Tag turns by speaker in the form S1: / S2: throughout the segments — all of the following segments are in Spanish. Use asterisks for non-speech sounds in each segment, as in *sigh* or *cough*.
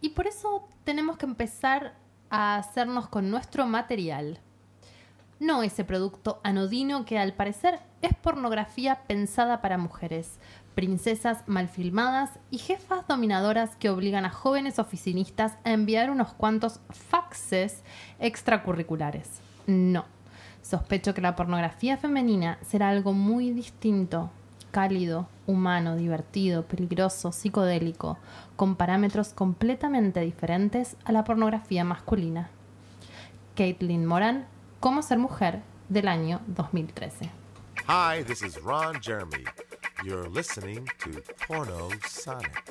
S1: Y por eso tenemos que empezar a hacernos con nuestro material. No ese producto anodino que al parecer es pornografía pensada para mujeres, princesas mal filmadas y jefas dominadoras que obligan a jóvenes oficinistas a enviar unos cuantos faxes extracurriculares. No. Sospecho que la pornografía femenina será algo muy distinto, cálido, humano, divertido, peligroso, psicodélico, con parámetros completamente diferentes a la pornografía masculina. Caitlin Moran, Cómo ser mujer, del año 2013.
S2: Hi, this is Ron Jeremy. You're listening to Porno Sonic.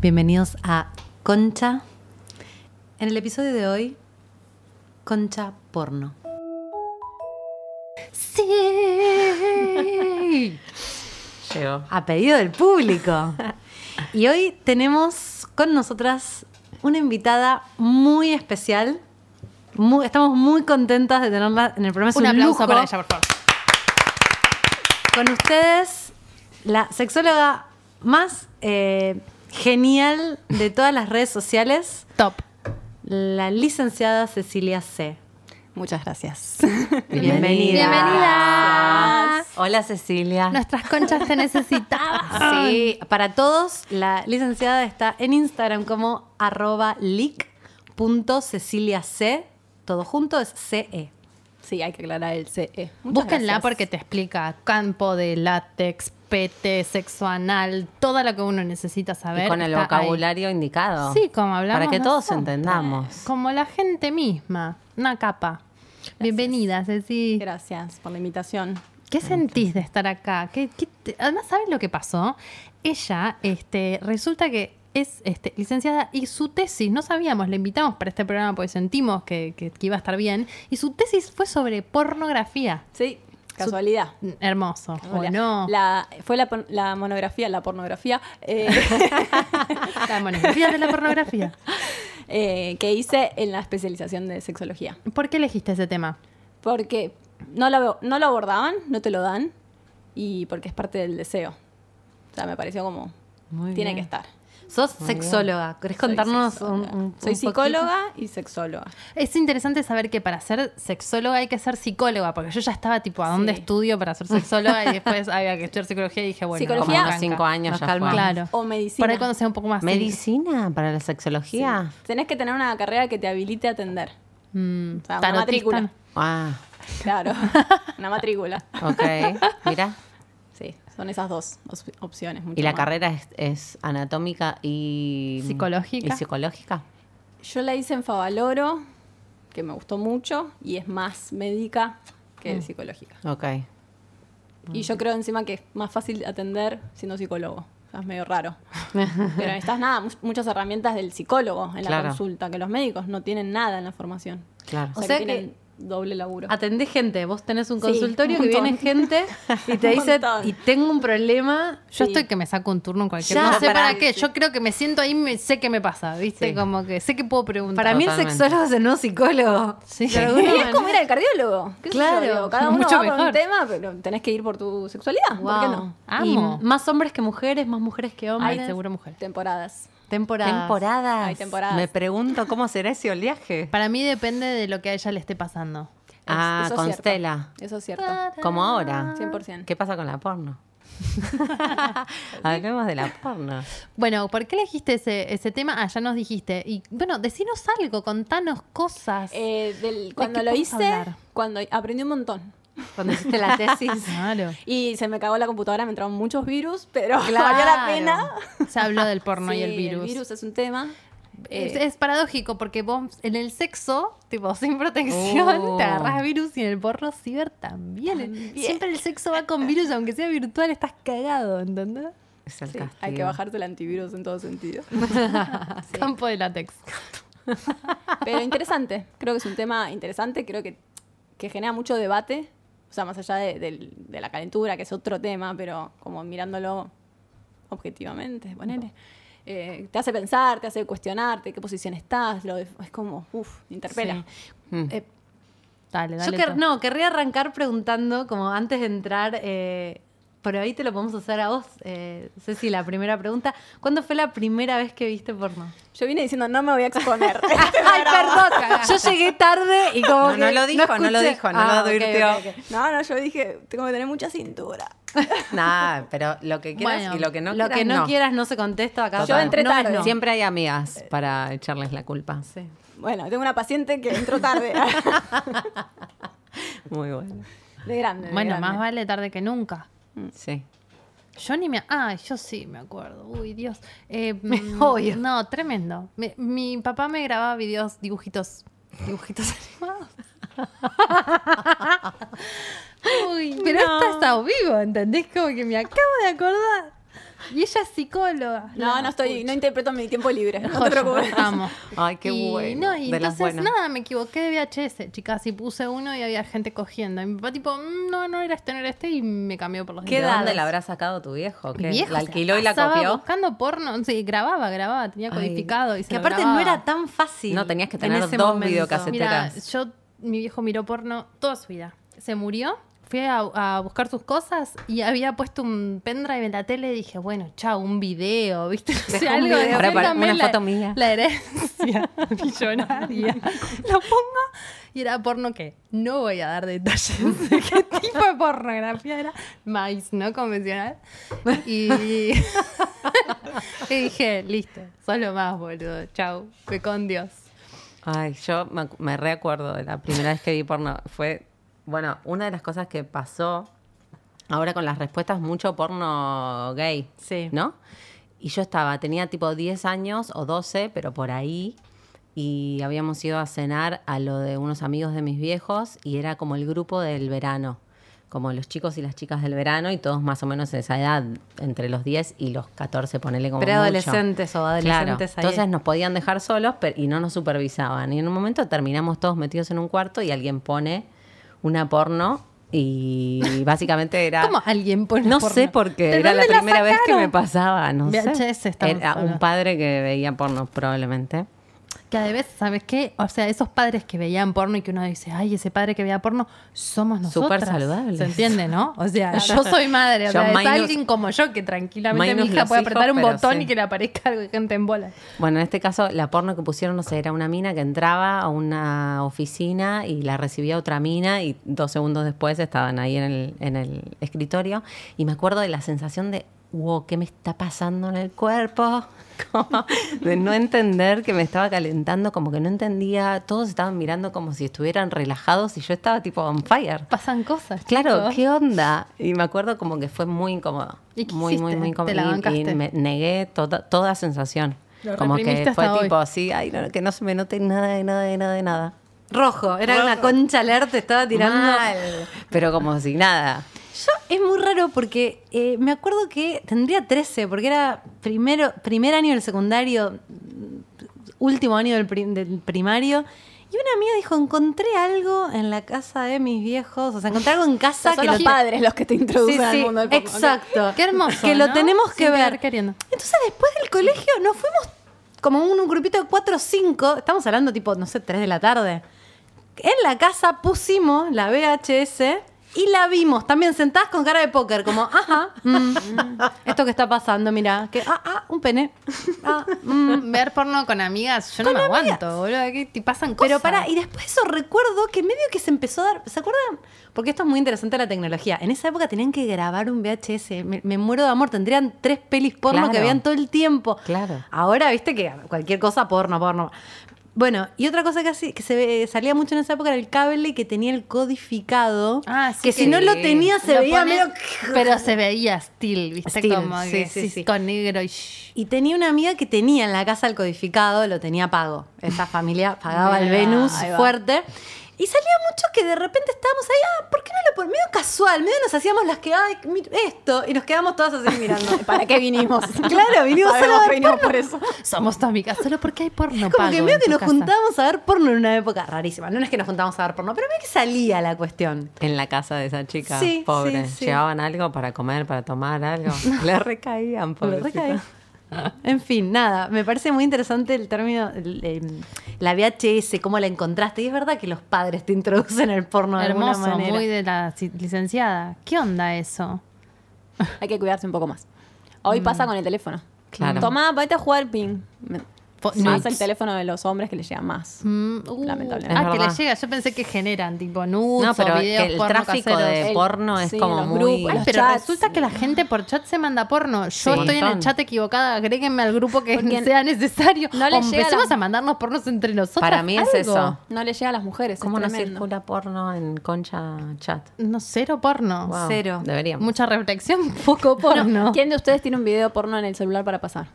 S3: Bienvenidos a Concha. En el episodio de hoy, Concha Porno.
S4: *laughs*
S1: Sí.
S5: Llegó.
S3: A pedido del
S1: *laughs*
S3: público. Y hoy tenemos con nosotras una invitada muy especial. Muy- estamos muy contentas de tenerla en el programa. Es
S1: Un aplauso
S3: lujo.
S1: para ella, por favor.
S3: Con ustedes, la sexóloga más eh, genial de todas las redes sociales,
S1: Top.
S3: la licenciada Cecilia C.
S5: Muchas gracias.
S3: Bienvenida.
S1: Bienvenida.
S5: Hola Cecilia.
S1: Nuestras conchas te *laughs* necesitaban.
S3: Sí, para todos, la licenciada está en Instagram como arroba leak.ceciliac, todo junto es E. CE.
S5: Sí, hay que aclarar el CE. Muchas
S1: Búsquenla
S5: gracias.
S1: porque te explica campo de látex, pete, sexo anal, todo lo que uno necesita
S4: Y
S1: saber.
S4: con el
S1: está ahí.
S4: vocabulario indicado.
S1: Sí, como hablamos.
S4: Para que todos
S1: nosotros.
S4: entendamos.
S1: Como la gente misma. Una capa. Bienvenida, Ceci.
S5: Gracias por la invitación.
S1: ¿Qué sentís de estar acá? ¿Qué- qué te- Además, ¿sabes lo que pasó? Ella este, resulta que es este, licenciada y su tesis, no sabíamos, la invitamos para este programa porque sentimos que, que- que iba a estar bien, y su tesis fue sobre pornografía.
S5: Sí, casualidad.
S1: Hermoso, ¿o
S5: Hola.
S1: no?
S5: La, fue la, por- la monografía, la pornografía eh,
S1: La monografía de la pornografía.
S5: eh, que hice en la especialización de sexología.
S1: ¿Por qué elegiste ese tema?
S5: Porque no lo, no lo abordaban, no te lo dan, y porque es parte del deseo. O sea, me pareció como...
S3: Muy
S5: tiene
S3: bien.
S5: que estar.
S3: Sos sexóloga, ¿querés
S5: Soy
S3: contarnos un,
S5: sexóloga.
S3: un- un
S5: Soy
S3: poquito?
S5: psicóloga y sexóloga.
S1: Es interesante saber que para ser sexóloga hay que ser psicóloga, porque yo ya estaba tipo, ¿a dónde
S5: Sí.
S1: estudio para ser sexóloga? Y después había que estudiar psicología y dije, bueno,
S4: Como
S5: Psicología-
S4: unos
S1: arranca.
S4: cinco años
S3: Nos
S4: ya
S3: calmamos.
S4: fue.
S1: Claro.
S5: O medicina.
S1: Por ahí cuando sea un poco más.
S4: ¿Medicina para la sexología?
S5: Tenés que tener una carrera que te habilite a atender.
S1: Mm,
S5: O sea, una
S1: tarotista,
S5: matrícula.
S4: Ah,
S3: *laughs*
S5: Claro, *laughs* una matrícula.
S4: ok. Mira.
S5: Sí, son esas dos op- opciones. mucho
S4: ¿Y la
S5: más.
S4: carrera es, es anatómica y.
S1: Psicológica.
S4: y psicológica?
S5: Yo la hice en Favaloro, que me gustó mucho, y es más médica
S3: Mm.
S5: que psicológica.
S4: Ok.
S5: Y yo creo encima que es más fácil atender siendo psicólogo. O sea, es medio
S3: *laughs*
S5: raro. Pero necesitas nada, mu- muchas herramientas del psicólogo en la
S4: Claro.
S5: consulta, que los médicos no tienen nada en la formación.
S4: Claro.
S5: O sea,
S3: O sea
S5: que,
S3: que-
S5: tienen doble laburo.
S3: Atendés gente, vos tenés un *laughs*
S5: Sí,
S3: consultorio
S5: un
S3: que
S5: montón.
S3: viene gente y
S5: *laughs*
S3: te
S5: Un
S3: dice,
S5: montón.
S3: y tengo un problema,
S1: Yo
S5: Sí.
S1: estoy que me saco un turno en cualquier.
S3: Ya,
S1: no sé para,
S3: para-
S1: qué. Yo creo que me siento ahí y me- sé qué me pasa, ¿viste?
S4: Sí.
S1: Como que sé que puedo preguntar.
S3: Para mí el
S4: Totalmente.
S3: sexólogo es el nuevo psicólogo. *laughs*
S1: Sí.
S3: De
S1: *laughs*
S3: alguna
S5: Y es
S3: manera.
S5: como ir al cardiólogo. ¿Qué sé yo,
S3: Claro,
S5: digo, cada uno
S1: mucho
S5: va por
S1: mejor.
S5: un tema, pero tenés que ir por tu sexualidad. ¿Por qué no?
S4: Ah,
S3: Wow. Y
S1: Amo.
S3: más hombres que mujeres, más mujeres que hombres.
S1: Ay, seguro mujer.
S5: Temporadas.
S3: Temporadas.
S4: Temporadas.
S5: Hay temporadas.
S4: Me pregunto cómo será ese oleaje.
S1: Para mí depende de lo que a ella le esté pasando.
S4: Ah,
S5: Eso es cierto.
S4: Constela.
S5: Eso es cierto.
S1: Ah.
S4: Como ahora.
S5: 100%.
S4: ¿Qué pasa con la porno? Hablemos de la porno.
S1: Bueno, ¿por qué elegiste ese, ese tema? Ah, ya nos dijiste. Y bueno, decinos algo, contanos cosas.
S5: Eh, del-
S1: ¿De
S5: cuando
S1: qué
S5: lo
S1: podemos
S5: hice,
S1: hablar?
S5: cuando aprendí un montón.
S3: Cuando hiciste la tesis.
S1: *laughs* claro.
S5: Y se me cagó la computadora, me entraron muchos virus, pero *laughs*
S3: Claro.
S5: valió la pena.
S1: Se habló del porno y
S5: Sí,
S1: el virus.
S5: El virus es un tema. Eh,
S1: Es, es paradójico porque vos en el sexo, tipo, *laughs* sin protección,
S4: Oh.
S1: te agarras virus y en el porno ciber también. Siempre el sexo va con virus, aunque sea virtual, estás cagado, ¿entendés?
S4: Es el
S5: Sí,
S4: castigo.
S5: hay que bajarte el antivirus en todo sentido.
S1: Campo de látex.
S5: Pero interesante, creo que es un tema interesante, creo que, que genera mucho debate, o sea, más allá de, del- de la calentura, que es otro tema, pero como mirándolo objetivamente, ponele. eh, te hace pensar, te hace cuestionarte qué posición estás, lo de- es como, uff, interpela.
S4: Mm.
S5: Eh,
S1: Dale,
S3: Yo
S1: dale.
S3: quer-
S1: Tom.
S3: no, querría arrancar preguntando, como antes de entrar, eh, por ahí te lo podemos hacer a vos, eh, Ceci, la primera pregunta. ¿Cuándo fue la primera vez que viste porno?
S5: yo vine diciendo, no me voy a
S1: *laughs*
S5: exponer. *laughs* Este
S3: Ay, perdón, yo llegué tarde y como
S4: No,
S3: que
S4: no lo dijo, no lo
S3: escuché.
S4: dijo, no
S3: Ah,
S4: lo
S3: ok,
S4: advirtió.
S3: ok, ok.
S5: no, no, yo dije, tengo que tener mucha cintura.
S4: *laughs* Nah, pero lo que quieras
S1: Bueno,
S4: y lo que no
S3: lo
S4: quieras.
S3: que no, quieras no se contesta acá.
S5: Yo entré
S3: no es
S5: tarde.
S3: no.
S4: Siempre hay amigas para echarles la culpa.
S3: Sí.
S5: Bueno, tengo una paciente que entró tarde.
S1: *laughs*
S4: Muy bueno.
S5: de grande. de
S1: Bueno,
S5: grande.
S1: más vale tarde que nunca.
S4: Mm. Sí.
S1: Yo ni me... Ah, yo sí me acuerdo. Uy, Dios. Eh, mm,
S3: odio.
S1: No, tremendo. Mi, mi papá me grababa videos, dibujitos. Dibujitos *laughs* animados. Uy, pero esta está a vivo, ¿entendés? Como que me acabo de acordar. Y ella es psicóloga.
S5: No, no estoy, no interpreto mi tiempo
S1: *laughs*
S5: libre, no te
S1: Joya,
S5: preocupes.
S1: Amo.
S4: Ay, qué
S1: y,
S4: bueno,
S1: No, y
S4: de las
S1: entonces,
S4: buenas.
S1: nada, me equivoqué de VHS, chicas, y puse uno y había gente cogiendo. Y mi papá, tipo, "Mm, no, no era este, no era este, y me cambió por los
S4: ¿Qué
S1: demás.
S4: ¿De
S3: edades?
S4: dónde la habrá sacado tu viejo?
S1: Mi
S4: ¿Qué?
S1: viejo
S4: ¿La
S1: se
S4: alquiló y la
S1: pasaba
S4: copió?
S1: buscando porno, sí, grababa, grababa, tenía
S4: Ay,
S1: codificado. y se
S3: Que
S1: lo
S3: aparte no
S1: grababa.
S3: era tan fácil.
S4: No, tenías que
S3: en
S4: tener
S3: ese
S4: dos
S3: momento.
S4: videocaseteras.
S1: Mira,
S4: teteras.
S1: yo, mi viejo miró porno toda su vida. Se murió, fui a, a buscar sus cosas y había puesto un pendrive en la tele y dije, bueno, chao, un video, ¿viste? *laughs* O sea,
S4: un
S1: algo de
S4: video. Ahora para-
S1: préstame
S4: una
S1: la-
S4: foto mía.
S1: La herencia *laughs* millonaria. *laughs* Lo pongo y era porno que no voy a dar detalles de
S4: *laughs*
S1: qué tipo de pornografía era. Maíz no convencional. Y, *laughs* y dije, listo, solo más, boludo. Chau, fue con Dios.
S4: Ay, yo me, acu- me reacuerdo de la primera vez que vi porno. Fue, bueno, una de las cosas que pasó ahora con las respuestas, mucho porno gay.
S3: Sí.
S4: ¿No? Y yo estaba, tenía tipo 10 años o 12, pero por ahí. Y habíamos ido a cenar a lo de unos amigos de mis viejos y era como el grupo del verano. Como los chicos y las chicas del verano y todos más o menos en esa edad, entre los 10 y los 14, ponele como mucho.
S3: Preadolescentes o adolescentes
S4: Claro.
S3: ahí.
S4: Entonces nos podían dejar solos pero- y no nos supervisaban. Y en un momento terminamos todos metidos en un cuarto y alguien pone una porno y
S1: *laughs*
S4: básicamente era...
S1: ¿Cómo alguien pone
S4: No
S1: porno?
S4: sé por qué,
S1: ¿De
S4: era la
S1: dónde
S4: primera vez que
S1: sacaron?
S4: me pasaba, no
S1: VHS
S4: sé.
S1: estamos
S4: Era
S1: hablando.
S4: un padre que veía porno probablemente.
S1: Que a veces, ¿sabes qué? O sea, esos padres que veían porno y que uno dice, ay, ese padre que veía porno, somos nosotros.
S4: Súper saludables.
S1: ¿Se entiende, no? O
S4: *laughs*
S1: sea, yo soy madre. O
S4: Yo,
S1: sea, es
S4: minus-
S1: alguien como yo que tranquilamente mi
S4: minus
S1: hija
S4: los
S1: puede apretar
S4: hijos,
S1: un
S4: pero
S1: botón
S4: sí.
S1: y que le aparezca algo de gente en bola.
S4: Bueno, en este caso la porno que pusieron, no sé, era una mina que entraba a una oficina y la recibía otra mina y dos segundos después estaban ahí en el, en el escritorio y me acuerdo de la sensación de, wow, ¿qué me está pasando en el cuerpo? *laughs* Como de no entender que me estaba calentando, como que no entendía, todos estaban mirando como si estuvieran relajados y yo estaba tipo on fire.
S1: Pasan cosas.
S4: Claro,
S1: chicos.
S4: ¿qué onda? Y me acuerdo como que fue muy incómodo.
S1: ¿Y qué
S4: muy, muy,
S1: hiciste?
S4: muy incómodo.
S1: ¿Te la
S4: Y- y,
S1: bancaste?
S4: me negué toda, toda sensación.
S1: Lo
S4: como que
S1: reprimiste
S4: fue
S1: hasta
S4: tipo,
S1: hoy.
S4: así, ay, no, que no se me note nada de nada de nada de nada.
S3: Rojo, era una concha alerta, estaba tirando.
S4: Mal. Pero como si nada.
S3: Yo es muy raro porque eh, me acuerdo que tendría 13, porque era primero, primer año del secundario, último año del, pri- del primario. Y una amiga dijo, encontré algo en la casa de mis viejos. O sea, encontré algo en casa
S5: Son
S3: que
S5: los
S3: lo-
S5: padres los que te introducen al mundo del porno.
S3: Exacto.
S1: Qué hermoso,
S3: Que lo
S1: ¿no?
S3: tenemos que
S1: Sin
S3: ver.
S1: quedar queriendo.
S3: Entonces, después del colegio, nos fuimos como un, un grupito de cuatro o cinco. Estamos hablando tipo, no sé, 3 de la tarde. En la casa pusimos la VHS y la vimos también sentadas con cara de póker, como, ajá, mm, esto que está pasando, mira, que, ah, ah, un pene. Ah,
S1: *laughs*
S3: mm.
S1: Ver porno con amigas, yo no me aguanto, boludo. Aquí te pasan cosas.
S3: Pero para, y después eso recuerdo que medio que se empezó a dar, ¿se acuerdan? Porque esto es muy interesante la tecnología. En esa época tenían que grabar un VHS, me, me muero de amor, tendrían tres pelis porno que
S4: Claro.
S3: veían todo el tiempo.
S4: Claro.
S3: Ahora, viste que cualquier cosa porno, porno. Bueno, y otra cosa que, así, que se ve- salía mucho en esa época era el cable que tenía el codificado,
S1: Ah, sí
S3: que, si
S1: que-
S3: no lo tenía se
S1: Lo
S3: veía
S1: pones,
S3: medio...
S1: *laughs* Pero se veía still, ¿viste?
S3: Still,
S1: Como
S3: sí,
S1: que
S3: sí,
S1: sí,
S3: sí.
S1: con negro y shh.
S3: Y tenía una amiga que tenía en la casa el codificado, lo tenía pago. Esa familia pagaba el
S1: Ahí va,
S3: Venus
S1: ahí va.
S3: fuerte. Y salía mucho que de repente estábamos ahí, ah, ¿por qué no lo por medio casual? Medio nos hacíamos las que, ay, mi- esto, y nos quedamos todas así mirando.
S1: *laughs*
S5: ¿Para qué vinimos? *laughs*
S3: Claro, vinimos
S5: Sabemos
S3: solo a ver
S5: que vinimos
S3: porno.
S5: por eso.
S1: Somos tu amiga, solo porque hay porno
S3: Como que
S1: pago
S3: medio
S1: en
S3: que
S1: tu
S3: nos
S1: casa.
S3: juntábamos a ver porno en una época rarísima. No es que nos juntábamos a ver porno, pero medio que salía la cuestión.
S4: En la casa de esa chica,
S3: Sí,
S4: pobre.
S3: sí, sí.
S4: Llevaban algo para comer, para tomar algo. Le recaían,
S3: Me
S4: pobre.
S3: recaí. En fin, nada, me parece muy interesante el término, el, em, la VHS, cómo la encontraste. Y es verdad que los padres te introducen el porno de alguna
S1: Hermoso,
S3: manera.
S1: muy de la ci- licenciada. ¿Qué onda eso?
S5: Hay que cuidarse un poco más. Hoy pasa con el teléfono.
S4: Claro.
S5: Tomá, vete a jugar ping.
S1: Fo-
S5: Más
S1: nudes.
S5: el teléfono de los hombres que les llega más.
S1: Mm, uh,
S5: Lamentablemente.
S1: Ah, que le
S4: Es verdad.
S1: llega. Yo pensé que generan, tipo, nudes
S4: No, pero
S1: o
S4: que
S1: videos
S4: el
S1: porno
S4: tráfico
S1: caseros.
S4: de
S5: El-
S4: porno es
S5: sí,
S4: como
S5: los
S4: muy.
S5: grupos.
S1: Ay,
S5: los
S1: pero
S5: chats.
S1: resulta que la gente por chat se manda porno. Yo estoy en el
S4: Montón.
S1: chat equivocada. Agréguenme al grupo que *laughs*
S5: Porque
S1: sea necesario.
S5: no
S1: No
S5: le
S1: le
S5: llega
S1: empecemos
S5: la-
S1: a mandarnos pornos entre nosotros.
S4: Para mí es eso.
S5: No les llega a las mujeres.
S4: ¿Cómo
S5: es
S4: no
S5: tremendo. *laughs*
S4: circula porno en concha chat?
S1: No, cero porno.
S4: Wow,
S3: Cero.
S4: Deberíamos.
S1: Mucha reflexión, *laughs* poco porno.
S5: ¿Quién de ustedes tiene un video porno en el celular para pasar?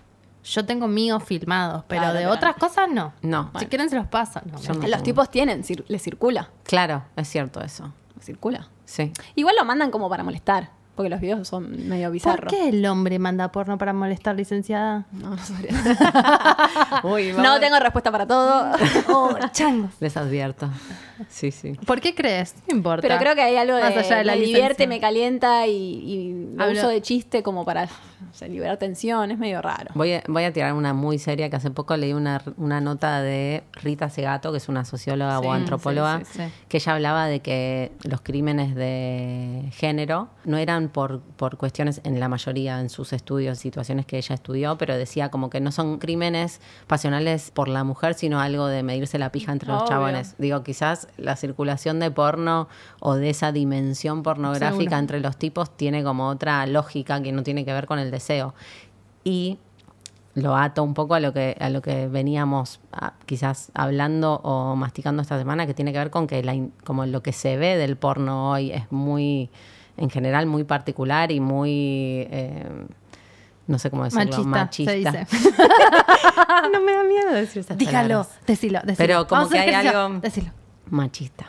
S1: Yo tengo míos filmados, pero
S5: Claro,
S1: de
S5: claro.
S1: otras cosas no.
S4: No.
S1: Si
S4: Bueno.
S1: quieren se los paso. No,
S4: Yo
S1: me-
S4: no
S5: Los
S4: tengo.
S5: tipos tienen, cir- les circula.
S4: Claro, es cierto eso.
S5: Circula.
S4: Sí.
S5: Igual lo mandan como para molestar, porque los videos son medio
S1: ¿Por
S5: *laughs* bizarros.
S1: qué el hombre manda porno para molestar, licenciada?
S5: No, no, sabría. no tengo respuesta para todo.
S3: *laughs*
S1: Oh, changos.
S4: Les advierto. Sí, sí.
S1: ¿Por qué crees? No importa.
S5: Pero creo que hay algo de,
S1: Más allá de la
S5: me divierte,
S1: licencia.
S5: me calienta y, y lo
S1: Hablo-
S5: uso de chiste como para *laughs* o sea, liberar tensión. Es medio raro.
S4: Voy a, voy a tirar una muy seria que hace poco leí una, una nota de Rita Segato, que es una socióloga
S1: Sí,
S4: o antropóloga,
S1: sí, sí, sí.
S4: que ella hablaba de que los crímenes de género no eran por, por cuestiones, en la mayoría en sus estudios, situaciones que ella estudió, pero decía como que no son crímenes pasionales por la mujer, sino algo de medirse la pija entre los
S5: Obvio.
S4: chabones. Digo, quizás la circulación de porno o de esa dimensión pornográfica
S1: Seguro.
S4: entre los tipos tiene como otra lógica que no tiene que ver con el deseo. Y lo ato un poco a lo que, a lo que veníamos ah, quizás hablando o masticando esta semana, que tiene que ver con que la in- como lo que se ve del porno hoy es muy, en general, muy particular y muy... eh, no sé cómo decirlo,
S1: Machista,
S4: machista.
S1: se dice.
S5: *laughs*
S4: no me da miedo decir esas
S1: Dígalo,
S4: palabras.
S1: decilo, decilo.
S4: Pero como
S1: Vamos a
S4: que hay
S1: ejercicio,
S4: algo-
S1: Decilo.
S4: Machista.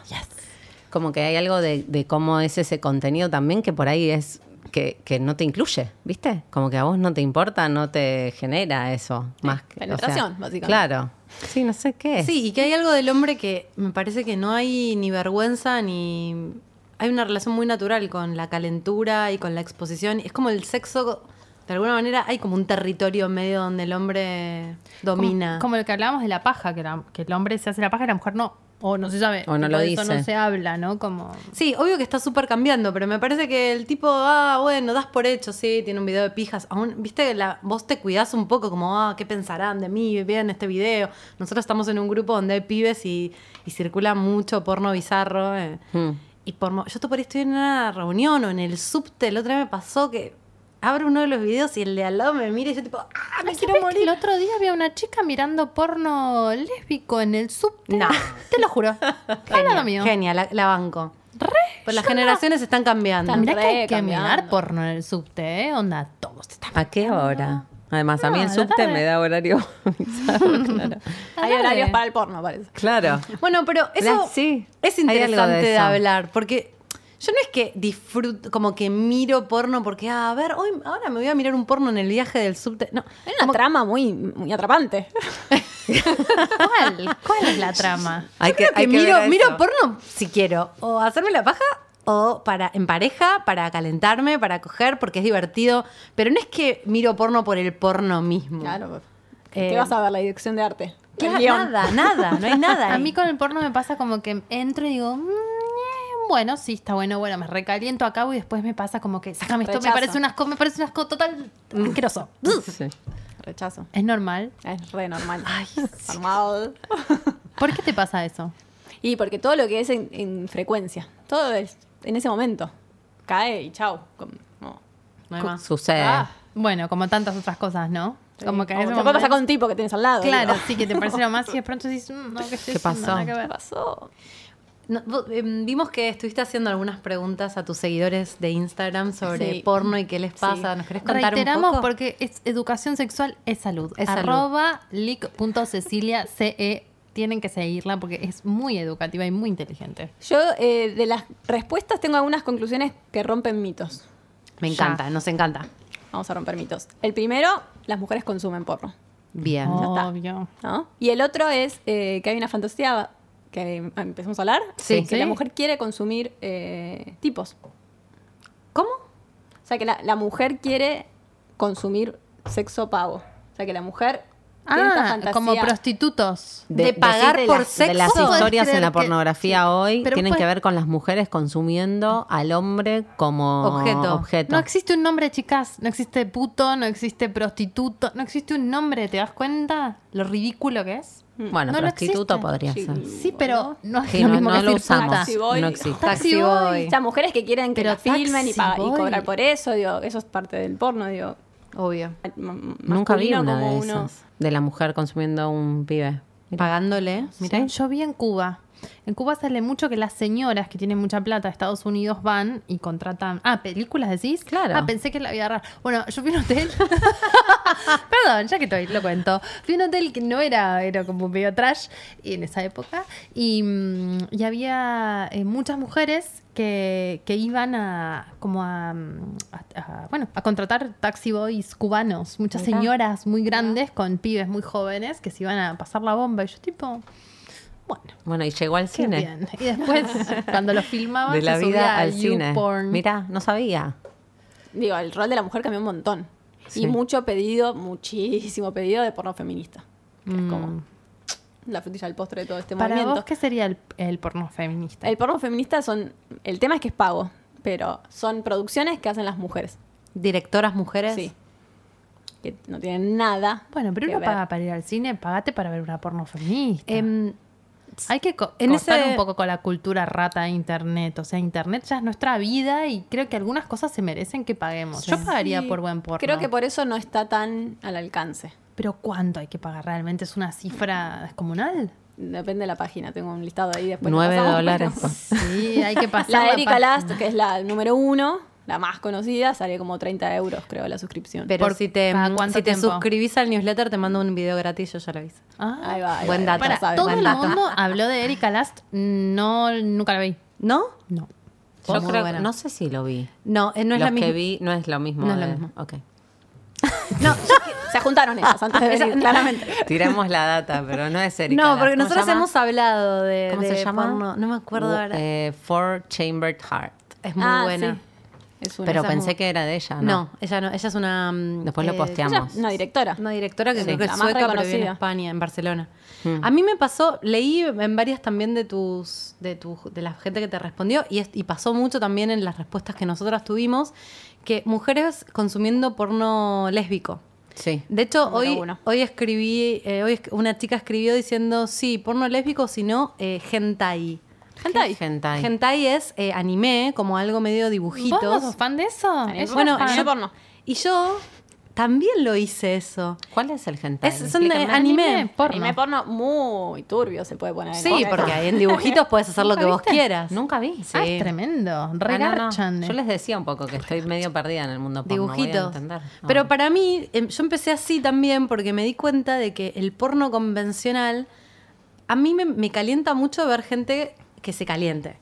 S4: Como que hay algo de, de cómo es ese contenido también que por ahí es que, que no te incluye, ¿viste? Como que a vos no te importa, no te genera eso. Más que, o sea,
S5: penetración, básicamente.
S4: Claro. Sí, no sé qué es.
S3: Sí, y que hay algo del hombre que me parece que no hay ni vergüenza ni. Hay una relación muy natural con la calentura y con la exposición. Es como el sexo, de alguna manera, hay como un territorio medio donde el hombre domina.
S1: Como, como el que hablábamos de la paja, que, la- que el hombre se hace la paja y la mujer no. O no se sabe.
S4: O no
S1: Tipo,
S4: lo
S1: de eso
S4: dice.
S1: no se habla, ¿no? Como.
S3: Sí, obvio que está súper cambiando, pero me parece que el tipo, ah, bueno, das por hecho, sí, tiene un video de pijas. Aún, viste, la, vos te cuidás un poco, como, ah, ¿qué pensarán de mí? Vean este video. Nosotros estamos en un grupo donde hay pibes y, y circula mucho porno bizarro. eh.
S4: Mm.
S3: Y porno. Yo por ahí estoy en una reunión o en el subte, la otra vez me pasó que abro uno de los videos y el de al lado me mira y yo, tipo, ah, me quiero
S1: ¿Sabés que
S3: morir.
S1: El otro día había una chica mirando porno lésbico en el subte.
S3: No.
S1: Te lo
S5: *laughs*
S1: juro. Era lo mío.
S3: Genial, la, la banco. Pues las generaciones están cambiando.
S5: Están
S1: Mirá que hay
S5: Re
S1: que
S5: cambiando.
S1: mirar porno en el subte, ¿eh? Onda, todos están.
S4: ¿A qué hora? Además, a mí
S1: No,
S4: el
S1: a la
S4: subte
S1: tarde.
S4: me da horario *laughs* bizarro, claro.
S5: Hay
S1: Dale.
S5: horarios para el porno, parece.
S4: Claro.
S3: Bueno, pero eso
S4: La- sí,
S3: es
S4: hay algo de
S3: interesante de,
S4: eso.
S3: hablar, porque yo no es que disfruto, como que miro porno porque, ah, a ver, hoy, ahora me voy a mirar un porno en el viaje del subte. No,
S5: Hay una trama muy,
S1: *laughs*
S5: muy atrapante. *laughs*
S1: ¿Cuál? ¿Cuál es la trama?
S4: Hay
S3: yo creo que,
S4: hay ver
S3: miro,
S4: eso.
S3: miro porno si quiero, o hacerme la paja, o para, en pareja, para calentarme, para coger, porque es divertido, pero no es que miro porno por el porno mismo.
S5: Claro.
S3: Eh,
S5: ¿Qué vas a ver? La dirección de arte.
S3: Claro,
S5: El guión.
S3: nada, nada, no hay nada.
S1: *laughs* A
S3: ahí.
S1: mí con el porno me pasa como que entro y digo, "Mm, eh, bueno, sí, está bueno, bueno, me recaliento acá y después me pasa como que, sácame esto, me
S5: Rechazo.
S1: parece un asco, me parece un asco total asqueroso.
S4: Sí.
S5: Rechazo.
S1: Es normal.
S5: Es re normal. *laughs* Normal.
S1: ¿Por qué te pasa eso?
S5: Y porque todo lo que es en, en frecuencia, todo es en ese momento. Cae y chau. Como- no.
S3: No hay más.
S4: Sucede.
S5: Ah,
S1: Bueno, como tantas otras cosas, ¿no? Como que en ese
S5: Como te puede
S1: momento-
S5: pasar con un tipo que tienes al lado.
S1: Claro,
S5: digo.
S1: sí, que te parece lo más y de pronto dices, "Mm, no, que estoy
S4: ¿Qué
S1: haciendo?
S4: pasó?
S1: Nada que
S5: *laughs* ¿Qué
S1: ver".
S5: pasó?
S3: No, vos, em, vimos que estuviste haciendo algunas preguntas a tus seguidores de Instagram sobre
S5: Sí.
S3: porno y qué les pasa.
S5: Sí.
S3: ¿Nos querés contar
S1: Reiteramos
S3: un poco?
S1: porque es educación sexual es salud.
S3: Es salud.
S1: Arroba lic.cecilia, C-E tienen que seguirla porque es muy educativa y muy inteligente.
S5: Yo eh, de las respuestas tengo algunas conclusiones que rompen mitos.
S3: Me
S1: Ya.
S3: encanta, nos encanta.
S5: Vamos a romper mitos. El primero, las mujeres consumen porro.
S3: Bien.
S5: está.
S1: Obvio.
S5: ¿no? Y el otro es eh, que hay una fantasía que eh, empezamos a hablar,
S3: Sí.
S5: que la
S1: Sí.
S5: mujer quiere consumir eh, tipos.
S3: ¿Cómo?
S5: O sea, que la, la mujer quiere consumir sexo pago. O sea, que la mujer tiene esta
S1: Ah,
S5: fantasía.
S1: como prostitutos.
S3: De pagar
S4: sí, de
S3: por
S4: las-
S3: sexo.
S4: De las
S1: ¿Vos podés
S4: historias
S1: creer
S4: en la
S1: que-
S4: pornografía
S1: sí,
S4: hoy
S1: pero
S4: tienen
S1: pues-
S4: que ver con las mujeres consumiendo al hombre como
S3: Objeto.
S4: objeto.
S1: No existe un nombre, chicas. No existe puto, no existe prostituto, no existe un nombre. ¿Te das cuenta lo ridículo que es?
S4: bueno,
S1: No lo
S4: prostituto
S1: existe.
S4: podría
S5: Sí.
S4: ser.
S1: Sí, pero no es
S4: Sí,
S1: lo
S4: no,
S1: mismo
S4: no
S1: que
S4: lo
S1: decir
S4: usamos.
S1: puta.
S5: Taxi boy.
S4: No existe.
S1: Taxi boy.
S5: O sea, mujeres que quieren que
S1: Pero
S5: la filmen y,
S1: Taxi
S5: pa- y
S1: Boy.
S5: cobrar por eso, digo, eso es parte del porno, digo.
S3: Obvio.
S5: m-
S4: Nunca vi
S5: masculino
S4: una de
S5: como
S4: esas.
S5: uno-
S4: De la mujer consumiendo un pibe.
S3: Pagándole.
S1: Mirá, yo vi en Cuba. En Cuba sale mucho que las señoras que tienen mucha plata de Estados Unidos van y contratan. Ah, películas decís.
S4: Claro.
S1: Ah, pensé que la había agarrar. Bueno, yo fui a un hotel. *laughs* Perdón, ya que estoy, lo cuento. Fui a un hotel que no era, era como medio trash en esa época. Y, mm, y había eh, muchas mujeres que, que iban a como a, mm, a- a- bueno a contratar taxi boys cubanos, muchas
S4: Mirá.
S1: señoras muy grandes con pibes muy jóvenes que se iban a pasar la bomba. Y yo tipo, bueno,
S4: Bueno, y llegó al
S1: qué
S4: cine.
S1: bien. Y
S4: *laughs*
S1: después, cuando lo filmaban,
S4: De la
S1: se subía
S4: vida al
S1: a
S4: cine.
S1: YouPorn.
S4: Mira, no sabía.
S5: Digo, el rol de la mujer cambió un montón.
S4: Sí.
S5: Y mucho pedido, muchísimo pedido de porno feminista. Que es
S4: Mm.
S5: como la frutilla del postre de todo este
S1: Para
S5: movimiento. Eh,
S1: vos, ¿qué sería el, el porno feminista?
S5: El porno feminista son. El tema es que es pago, pero son producciones que hacen las mujeres.
S3: Directoras mujeres.
S5: Sí. Que no tienen nada.
S1: Bueno, pero
S5: que
S1: uno
S5: ver.
S1: paga para ir al cine, pagate para ver una porno feminista.
S3: Em,
S1: Hay que co-
S3: en
S1: cortar
S3: ese-
S1: un poco con la cultura rata de internet. O sea, internet ya es nuestra vida y creo que algunas cosas se merecen que paguemos. Yo pagaría
S5: Sí.
S1: por buen porno.
S5: Creo que por eso no está tan al alcance.
S1: Pero ¿cuánto hay que pagar realmente? ¿Es una cifra descomunal?
S5: Depende de la página, tengo un listado ahí después. lo
S4: Nueve
S5: pasamos,
S4: dólares. *laughs*
S1: Sí,
S5: pero- *laughs*
S1: hay que pasar.
S5: La de Erika
S1: página.
S5: Last, que es la número uno, la más conocida, sale como 30 euros, creo, la suscripción.
S3: pero
S1: ¿Por
S3: si te,
S1: cada cuánto
S3: si te
S1: tiempo?
S3: suscribís al newsletter, te mando un video gratis, yo ya lo aviso.
S1: Ah.
S5: Ahí va, ahí
S3: Buen
S5: va,
S3: dato.
S5: ya
S1: Para,
S5: saben.
S1: todo
S3: buen
S1: el
S3: dato.
S1: mundo habló de Erika Last. No, nunca la vi.
S3: ¿No?
S1: No.
S4: Yo
S3: Muy
S4: creo,
S3: buena.
S4: no sé si lo vi.
S3: No, eh, no
S4: Los
S3: es la misma.
S4: que vi no es lo mismo.
S3: No es lo
S4: de-
S3: mismo.
S4: Ok.
S5: No,
S4: *laughs*
S5: se juntaron ellas antes de
S3: Esa-
S5: venir, claramente.
S4: Tiramos la data, pero no es Erika.
S3: No,
S4: Last.
S3: porque
S4: ¿Cómo
S3: nosotros
S4: se llama?
S3: hemos hablado de.
S4: ¿Cómo
S3: de
S4: se llama?
S3: porno. No me acuerdo
S4: Wo-
S3: ahora.
S4: eh, Four Chambered Heart.
S3: es muy
S5: Ah,
S3: buena.
S5: sí. Es una.
S4: Pero
S3: esa es
S4: pensé
S3: muy-
S4: que era de ella,
S3: No.
S4: Ah, ¿no?
S3: ella no. Ella es una. mm,
S4: Después lo posteamos.
S5: Ella es una directora.
S3: Una directora que
S5: Sí,
S3: creo que es
S5: la más
S3: sueca, pero vive en
S5: reconocida. Hmm.
S3: España, en Barcelona. A mí me pasó, leí en varias también de tus, de tu, de la gente que te respondió, y, es- y pasó mucho también en las respuestas que nosotras tuvimos, que mujeres consumiendo porno lésbico.
S4: Sí.
S3: De hecho,
S5: Número
S3: hoy,
S5: uno.
S3: hoy escribí, eh, hoy es- una chica escribió diciendo, sí, porno lésbico, sino eh, hentai.
S5: Hentai.
S4: Hentai.
S3: Hentai es eh, anime, como algo medio dibujitos.
S1: ¿Vos no sos fan de eso?
S5: Anime.
S1: Ella
S3: Bueno,
S1: es fan.
S5: anime
S3: yo-
S5: porno.
S3: y yo también lo hice eso.
S4: ¿Cuál es el hentai?
S3: Es, son de
S1: Explícame.
S3: anime.
S1: Anime, porno.
S5: Anime porno muy turbio se puede poner. en
S3: Sí,
S5: contexto.
S3: porque ahí en dibujitos puedes hacer lo que vos quieras.
S4: Nunca vi.
S1: Ah,
S3: Sí.
S1: es tremendo.
S4: Ah, no, no.
S1: Regarchan.
S4: Yo les decía un poco que estoy medio perdida en el mundo porno. voy a
S3: eh. Dibujitos.
S4: entender. Ah. No.
S3: Pero para mí, em, yo empecé así también porque me di cuenta de que el porno convencional, a mí me, me calienta mucho ver gente que se caliente.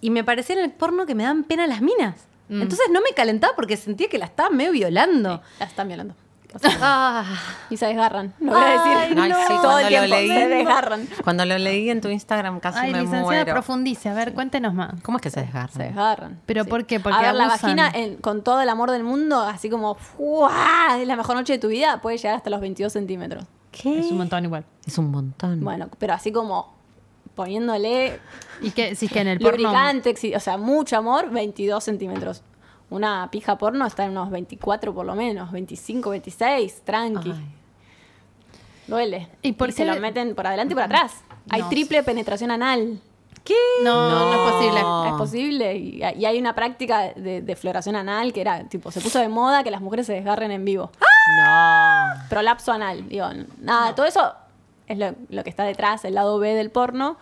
S3: Y me parecía en el porno que me dan pena las minas. Entonces no me calentaba porque sentía que la estaban medio violando.
S5: La están violando.
S3: Ah,
S5: Y se desgarran. Lo voy a decir.
S4: No,
S5: *laughs*
S4: sí,
S5: Todo
S4: cuando
S5: el tiempo
S4: lo leí.
S5: se desgarran.
S4: Cuando lo leí en tu Instagram casi
S1: Ay,
S4: me
S1: licenciada,
S4: muero.
S1: profundice. A ver, cuéntenos más.
S4: ¿Cómo es que se desgarra?
S5: Se desgarran.
S1: ¿Pero por qué? Porque
S5: a ver, la
S1: abusan.
S5: vagina en- con todo el amor del mundo, así como ¡fua! es la mejor noche de tu vida, puede llegar hasta los 22 centímetros.
S1: Es un montón igual.
S4: Es un montón.
S1: Mm.
S5: Bueno, pero así como poniéndole
S1: Y que si es que en el porno.
S5: lubricante, exi- o sea, mucho amor, 22 centímetros. Una pija porno está en unos 24 por lo menos, 25, 26, tranqui.
S4: Ay.
S5: Duele.
S1: ¿Y por
S5: Y se
S1: qué- Mm.
S5: lo meten por adelante y por atrás. Hay
S1: No.
S5: triple penetración anal.
S1: ¿Qué? No, no, es posible.
S4: No.
S5: Es posible. Y, y hay una práctica de, de floración anal que era, tipo, se puso de moda que las mujeres se desgarren en vivo.
S1: ¡Ah!
S4: No.
S5: Prolapso anal. Digo, nada, todo eso es lo, lo que está detrás, el lado B del porno,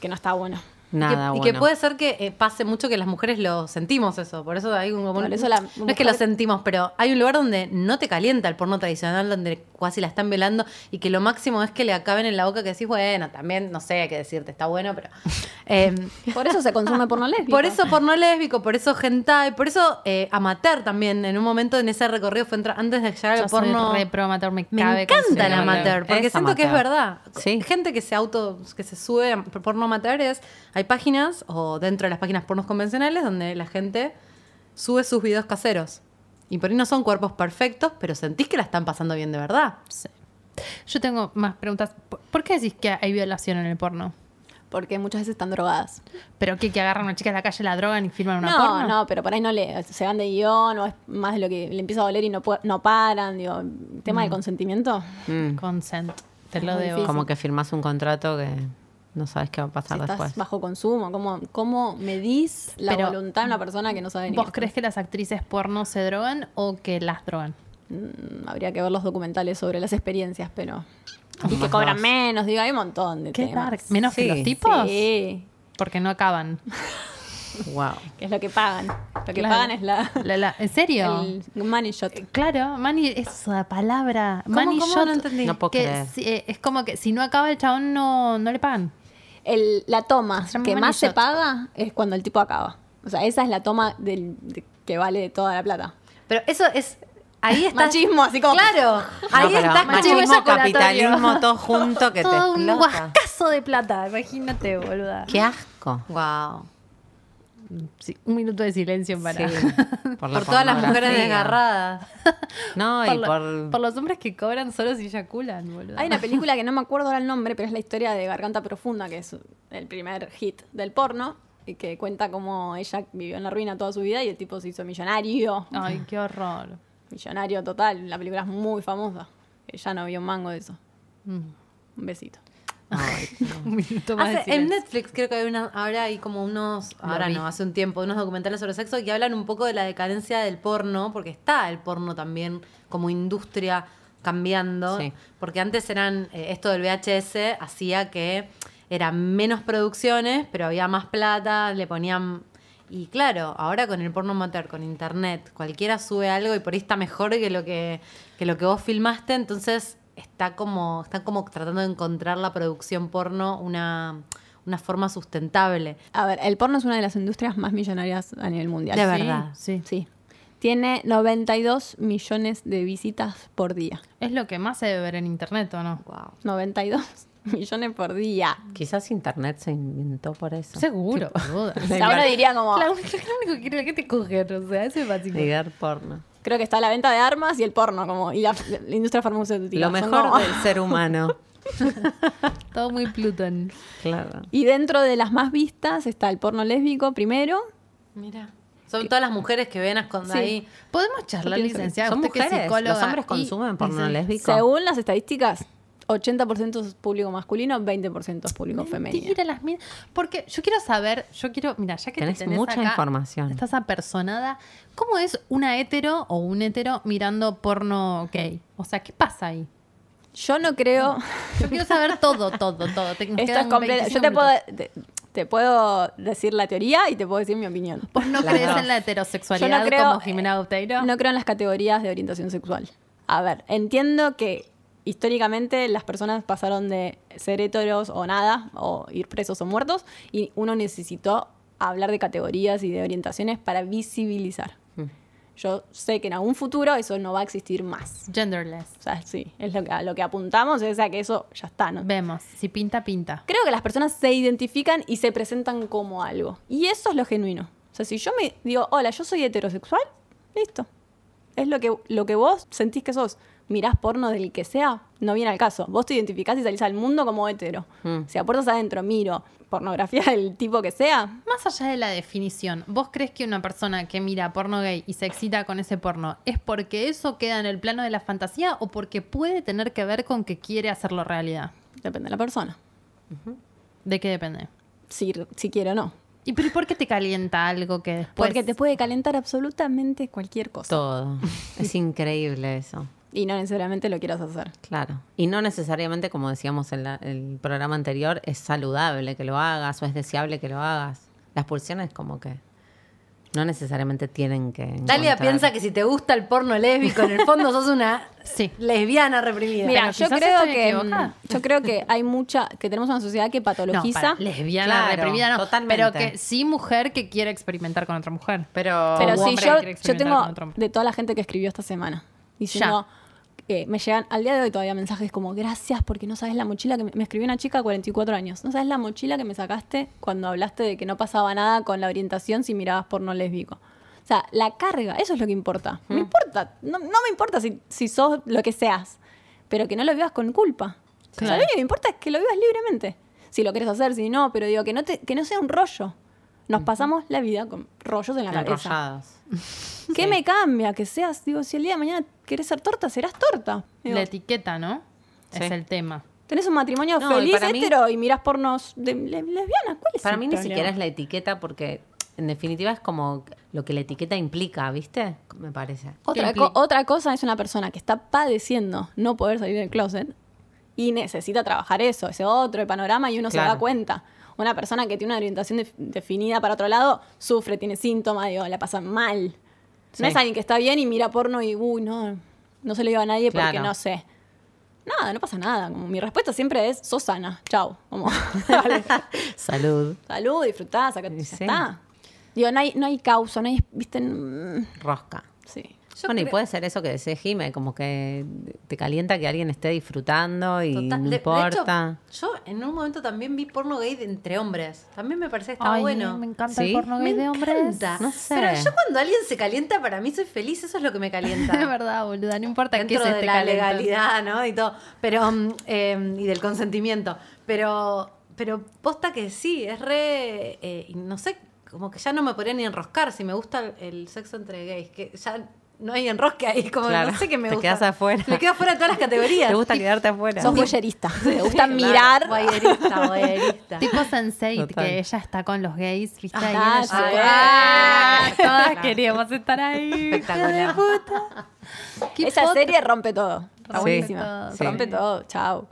S5: que no está bueno.
S4: Nada,
S3: que, y
S4: bueno.
S3: que puede ser que eh, pase mucho que las mujeres lo sentimos eso. Por eso hay un- como un-
S5: Por eso la
S3: *laughs* no es
S5: mujer-
S3: que lo sentimos, pero hay un lugar donde no te calienta el porno tradicional, donde casi la están velando y que lo máximo es que le acaben en la boca que decís, bueno, también, no sé qué decirte, está bueno, pero... *laughs* em,
S5: Por eso se consume porno lésbico.
S3: Por eso porno lésbico, por eso hentai, por eso eh, amateur también. En un momento en ese recorrido fue entra- antes de llegar
S1: Yo
S3: al
S1: soy
S3: porno.
S1: re pro amateur, me
S3: me
S1: cabe
S3: encanta
S1: consumir
S3: el amateur, porque
S4: Es
S3: siento que es
S4: amateur.
S3: verdad.
S4: Sí.
S3: Gente que se auto, que se sube a porno amateur es, hay páginas o dentro de las páginas pornos convencionales donde la gente sube sus videos caseros. Y por ahí no son cuerpos perfectos, pero sentís que la están pasando bien de verdad.
S1: Yo tengo más preguntas. ¿Por- ¿Por qué decís que hay violación en el porno?
S5: Porque muchas veces están drogadas.
S1: ¿Pero qué? ¿Que agarran a una chica en la calle, la drogan y firman una
S5: no,
S1: porno?
S5: no, pero por ahí no le, se van de guión o es más de lo que le empieza a doler y no, pu- no paran. Digo, tema del consentimiento.
S1: Ah,
S4: Mm.
S1: Consent. Te lo
S5: muy
S1: debo.
S5: difícil.
S4: Como que firmas un contrato que no sabes qué va a
S5: Si
S4: pasar
S5: estás
S4: después.
S5: bajo consumo, ¿cómo, cómo medís la
S1: Pero,
S5: voluntad de una persona que no sabe ni
S1: ¿Vos
S5: qué
S1: crees que las actrices porno se drogan o que las drogan?
S5: Mm, Habría que ver los documentales sobre las experiencias, pero. Y que
S4: más
S5: cobran
S4: vas?
S5: menos, digo, hay un montón de temas.
S1: ¿Menos que
S4: Sí,
S1: los tipos?
S5: Sí,
S1: Porque no acaban.
S4: Wow.
S5: que es lo que pagan. Lo que
S1: Claro.
S5: pagan es la.
S1: La- la- ¿En serio?
S5: el money shot.
S1: Claro, Manny, esa palabra.
S3: ¿Cómo,
S1: Manny
S3: cómo?
S1: shot,
S3: No entendí.
S4: No puedo
S1: que
S4: creer.
S1: si- eh, es como que si no acaba el chabón no, no le pagan.
S5: El- la toma
S1: Se llama
S5: que
S1: money
S5: más se
S1: shot.
S5: paga es cuando el tipo acaba. O sea, esa es la toma del, de- que vale toda la plata.
S3: Pero eso es. Ahí está.
S5: Machismo, así como.
S3: Claro, ahí
S4: No, pero
S3: está
S4: machismo, capitalismo,
S3: *laughs*
S4: todo junto que te
S1: Todo un
S4: explota.
S1: guascazo de plata, imagínate, boluda.
S4: Qué asco.
S3: Wow.
S1: Sí, un minuto de silencio para...
S4: Sí,
S1: *laughs*
S4: por la
S3: Por todas las mujeres
S4: pornografía.
S3: desgarradas.
S4: No,
S1: por,
S4: y
S1: lo-
S4: por...
S1: por los hombres que cobran solo si eyaculan, boludo.
S5: Hay una película que no me acuerdo ahora el nombre, pero es la historia de Garganta Profunda, que es el primer hit del porno, y que cuenta cómo ella vivió en la ruina toda su vida y el tipo se hizo millonario.
S1: Ay, qué
S4: *laughs*
S1: horror.
S5: Millonario total. La película es muy famosa. Ella no vio un mango de eso.
S1: Mm.
S5: Un besito.
S4: Ay,
S1: Un minuto más de
S3: Hace- en
S1: silencio.
S3: Netflix creo que hay una, ahora hay como unos,
S1: Lo
S3: ahora
S1: vi.
S3: no, hace un tiempo, unos documentales sobre sexo que hablan un poco de la decadencia del porno, porque está el porno también como industria cambiando,
S4: Sí.
S3: porque antes eran, eh, esto del VHS hacía que eran menos producciones, pero había más plata, le ponían... Y claro, ahora con el porno amateur, con internet, cualquiera sube algo y por ahí está mejor que lo que, que lo que vos filmaste, entonces está como, están como tratando de encontrar la producción porno una, una forma sustentable.
S5: A ver, el porno es una de las industrias más millonarias a nivel mundial.
S3: De
S5: Sí.
S3: verdad.
S1: Sí.
S5: Sí. Tiene 92 millones de visitas por día.
S1: Es lo que más se debe ver en internet, ¿o no?
S4: wow.
S5: 92 *laughs* millones por día.
S4: Quizás internet se inventó por eso.
S1: Seguro, *laughs* boluda.
S5: O sea, uno diría
S1: *laughs*
S5: como,
S1: La única- lo único que quiero es que te coger, o sea, eso es básico.
S4: Ligar porno.
S5: creo que está la venta de armas y el porno, como, y la, la industria farmacéutica.
S4: Lo
S5: Son
S4: mejor
S5: como-
S4: del ser
S3: *laughs*
S4: humano.
S1: Todo muy Plutón.
S4: Claro.
S5: *laughs* Y dentro de las más vistas está el porno lésbico primero.
S3: Mira. Son todas las mujeres que ven a esconder
S5: Sí.
S3: ahí.
S1: Podemos charlar,
S4: Yo pienso que-
S1: licenciada.
S4: ¿Son
S1: usted que es
S4: mujeres?
S1: psicóloga
S4: ¿Los hombres
S1: y-
S4: consumen porno
S1: Sí.
S4: lésbico?
S5: Según las estadísticas, 80% es público masculino, 20% es público femenino.
S1: Mentira, las min- Porque yo quiero saber, yo quiero, mira, ya que te
S4: Tenés mucha
S1: acá,
S4: información.
S1: Estás apersonada. ¿Cómo es una hetero o un hetero mirando porno gay? O sea, ¿qué pasa ahí?
S5: Yo no creo...
S1: Yo quiero saber todo, todo, todo. Te- nos
S5: Esto es
S1: quedan
S5: completo.
S1: 25
S5: Yo te puedo,
S1: minutos.
S5: te, te puedo decir la teoría y te puedo decir mi opinión.
S1: Vos no
S4: Las
S1: crees
S4: dos.
S1: en la heterosexualidad
S5: Yo no creo-
S1: como Jimena Boteiro.
S5: No creo en las categorías de orientación sexual. A ver, entiendo que históricamente las personas pasaron de ser heteros o nada, o ir presos o muertos, y uno necesitó hablar de categorías y de orientaciones para visibilizar.
S1: Mm.
S5: Yo sé que en algún futuro eso no va a existir más.
S1: Genderless.
S5: O sea, sí, es lo que, a lo que apuntamos, es a que eso ya está, ¿no?
S1: Vemos, si pinta, pinta.
S5: Creo que las personas se identifican y se presentan como algo. Y eso es lo genuino. O sea, si yo me digo, hola, yo soy heterosexual, listo. Es lo que, lo que vos sentís que sos. Mirás porno del que sea, no viene al caso. Vos te identificás y salís al mundo como hetero. Si a puertas adentro miro pornografía *laughs* del tipo que sea,
S1: Más allá de la definición, ¿vos crees que una persona que mira porno gay y se excita con ese porno es porque eso queda en el plano de la fantasía o porque puede tener que ver con que quiere hacerlo realidad?
S5: depende de la persona.
S1: ¿De qué depende?
S5: Si, si quiere o no.
S1: ¿Y pero ¿y por qué te calienta algo que después?
S5: Porque te puede calentar absolutamente cualquier cosa.
S4: Todo. Es increíble eso.
S5: Y no necesariamente lo quieras hacer.
S4: Claro. Y no necesariamente, como decíamos en la- el programa anterior, es saludable que lo hagas o es deseable que lo hagas. Las pulsiones como que no necesariamente tienen que...
S3: Dalia
S4: encontrar-
S3: piensa que si te gusta el porno lésbico, en el fondo sos una
S1: Sí.
S3: lesbiana reprimida.
S5: Mira,
S1: Pero
S5: yo
S1: quizás
S5: creo
S1: estoy
S5: que
S1: equivocada.
S5: mm, yo creo que hay mucha que tenemos una sociedad que
S1: No,
S5: patologiza.
S1: para, lesbiana,
S4: Claro,
S1: reprimida, no.
S4: totalmente.
S1: Pero que sí mujer que quiere experimentar con otra mujer.
S4: Pero,
S5: pero
S1: o
S5: si
S1: hombre que
S5: yo,
S1: quiere
S5: yo
S1: experimentar
S5: tengo
S1: con otro hombre.
S5: de toda la gente que escribió esta semana diciendo eh, me llegan al día de hoy todavía mensajes como gracias porque no sabes la mochila que me, me escribió una chica de 44 años. No sabes la mochila que me sacaste cuando hablaste de que no pasaba nada con la orientación si mirabas porno lésbico. O sea, la carga, eso es lo que importa.
S1: Mm.
S5: Me importa, no, no me importa si, si sos lo que seas, pero que no lo vivas con culpa. O sea,
S1: Claro.
S5: lo único que me importa es que lo vivas libremente. Si lo querés hacer, si no, pero digo que no, te- que no sea un rollo. Nos pasamos la vida con rollos en la cabeza.
S4: enrollados.
S5: ¿Qué me cambia? Que seas, digo, si el día de mañana querés ser torta, serás torta. Digo,
S1: La etiqueta, ¿no? Es
S4: Sí.
S1: el tema.
S5: tenés un matrimonio
S4: No, y
S5: feliz
S4: para mí-
S5: hetero y mirás pornos de le- lesbianas. ¿Cuál es
S4: Para
S5: el
S4: mí ni
S5: problema?
S4: siquiera es la etiqueta porque en definitiva es como lo que la etiqueta implica, ¿viste? Me parece.
S5: Otra,
S1: ¿Qué
S5: co-
S1: implica?
S5: otra cosa es una persona que está padeciendo no poder salir del closet y necesita trabajar eso, ese otro panorama y uno se
S4: Claro.
S5: da cuenta. Una persona que tiene una orientación def- definida para otro lado sufre, tiene síntomas, digo, la pasa mal.
S4: Sí.
S5: No es alguien que está bien y mira porno y, uy, no, no se lo digo a nadie porque
S4: Claro.
S5: no sé. Nada, no pasa nada. Como mi respuesta siempre es, sos sana, chau.
S4: *laughs*
S5: Como, dale.
S4: Salud.
S5: Salud, disfrutá, saca,
S4: Y
S5: ya
S4: sí.
S5: está. Digo, no hay, no hay causa, no hay, viste, mm,
S4: Rosca.
S5: sí.
S4: bueno, y puede ser eso que decía Jime, como que te calienta que alguien esté disfrutando y
S3: Total-
S4: no
S3: de- de
S4: importa.
S3: hecho, yo en un momento también vi porno gay de entre hombres. También me parece que está
S1: Ay,
S3: Ah, bueno.
S1: Me encanta
S4: Sí.
S1: el porno gay
S3: Me
S1: de hombres.
S3: encanta.
S4: No sé.
S3: Pero yo cuando alguien se calienta, para mí soy feliz, eso es lo que me
S1: *laughs* De
S4: *laughs*
S3: calienta.
S1: verdad, boluda, no importa qué
S3: Dentro
S1: es
S3: de
S1: este
S3: la
S1: calentón.
S3: legalidad, ¿no? Y todo. Pero, mm, eh, y del consentimiento. Pero, pero posta que sí, es re. eh, y no sé, como que ya no me podría ni enroscar si me gusta el, el sexo entre gays. Que ya no hay enrosque ahí, como
S4: Claro,
S3: no sé qué me
S4: te
S3: gusta.
S4: quedas afuera.
S3: Me quedo afuera de todas
S4: *laughs*
S3: las categorías.
S4: Te gusta quedarte afuera.
S5: Sos boyerista. Te gusta mirar.
S3: *laughs* Voyerista, voyerista.
S1: Tipo Sensei,
S4: Total.
S1: que ella está con los gays, ¿viste?
S5: Ah,
S1: Ahí ella
S5: sí.
S1: llora.
S3: Ah,
S1: todas
S3: claro.
S1: queríamos estar ahí.
S3: Espectacular.
S1: Qué
S5: Esa
S1: foto.
S5: serie rompe todo. Está
S4: Sí,
S5: buenísima.
S4: sí.
S5: Rompe todo. Chao.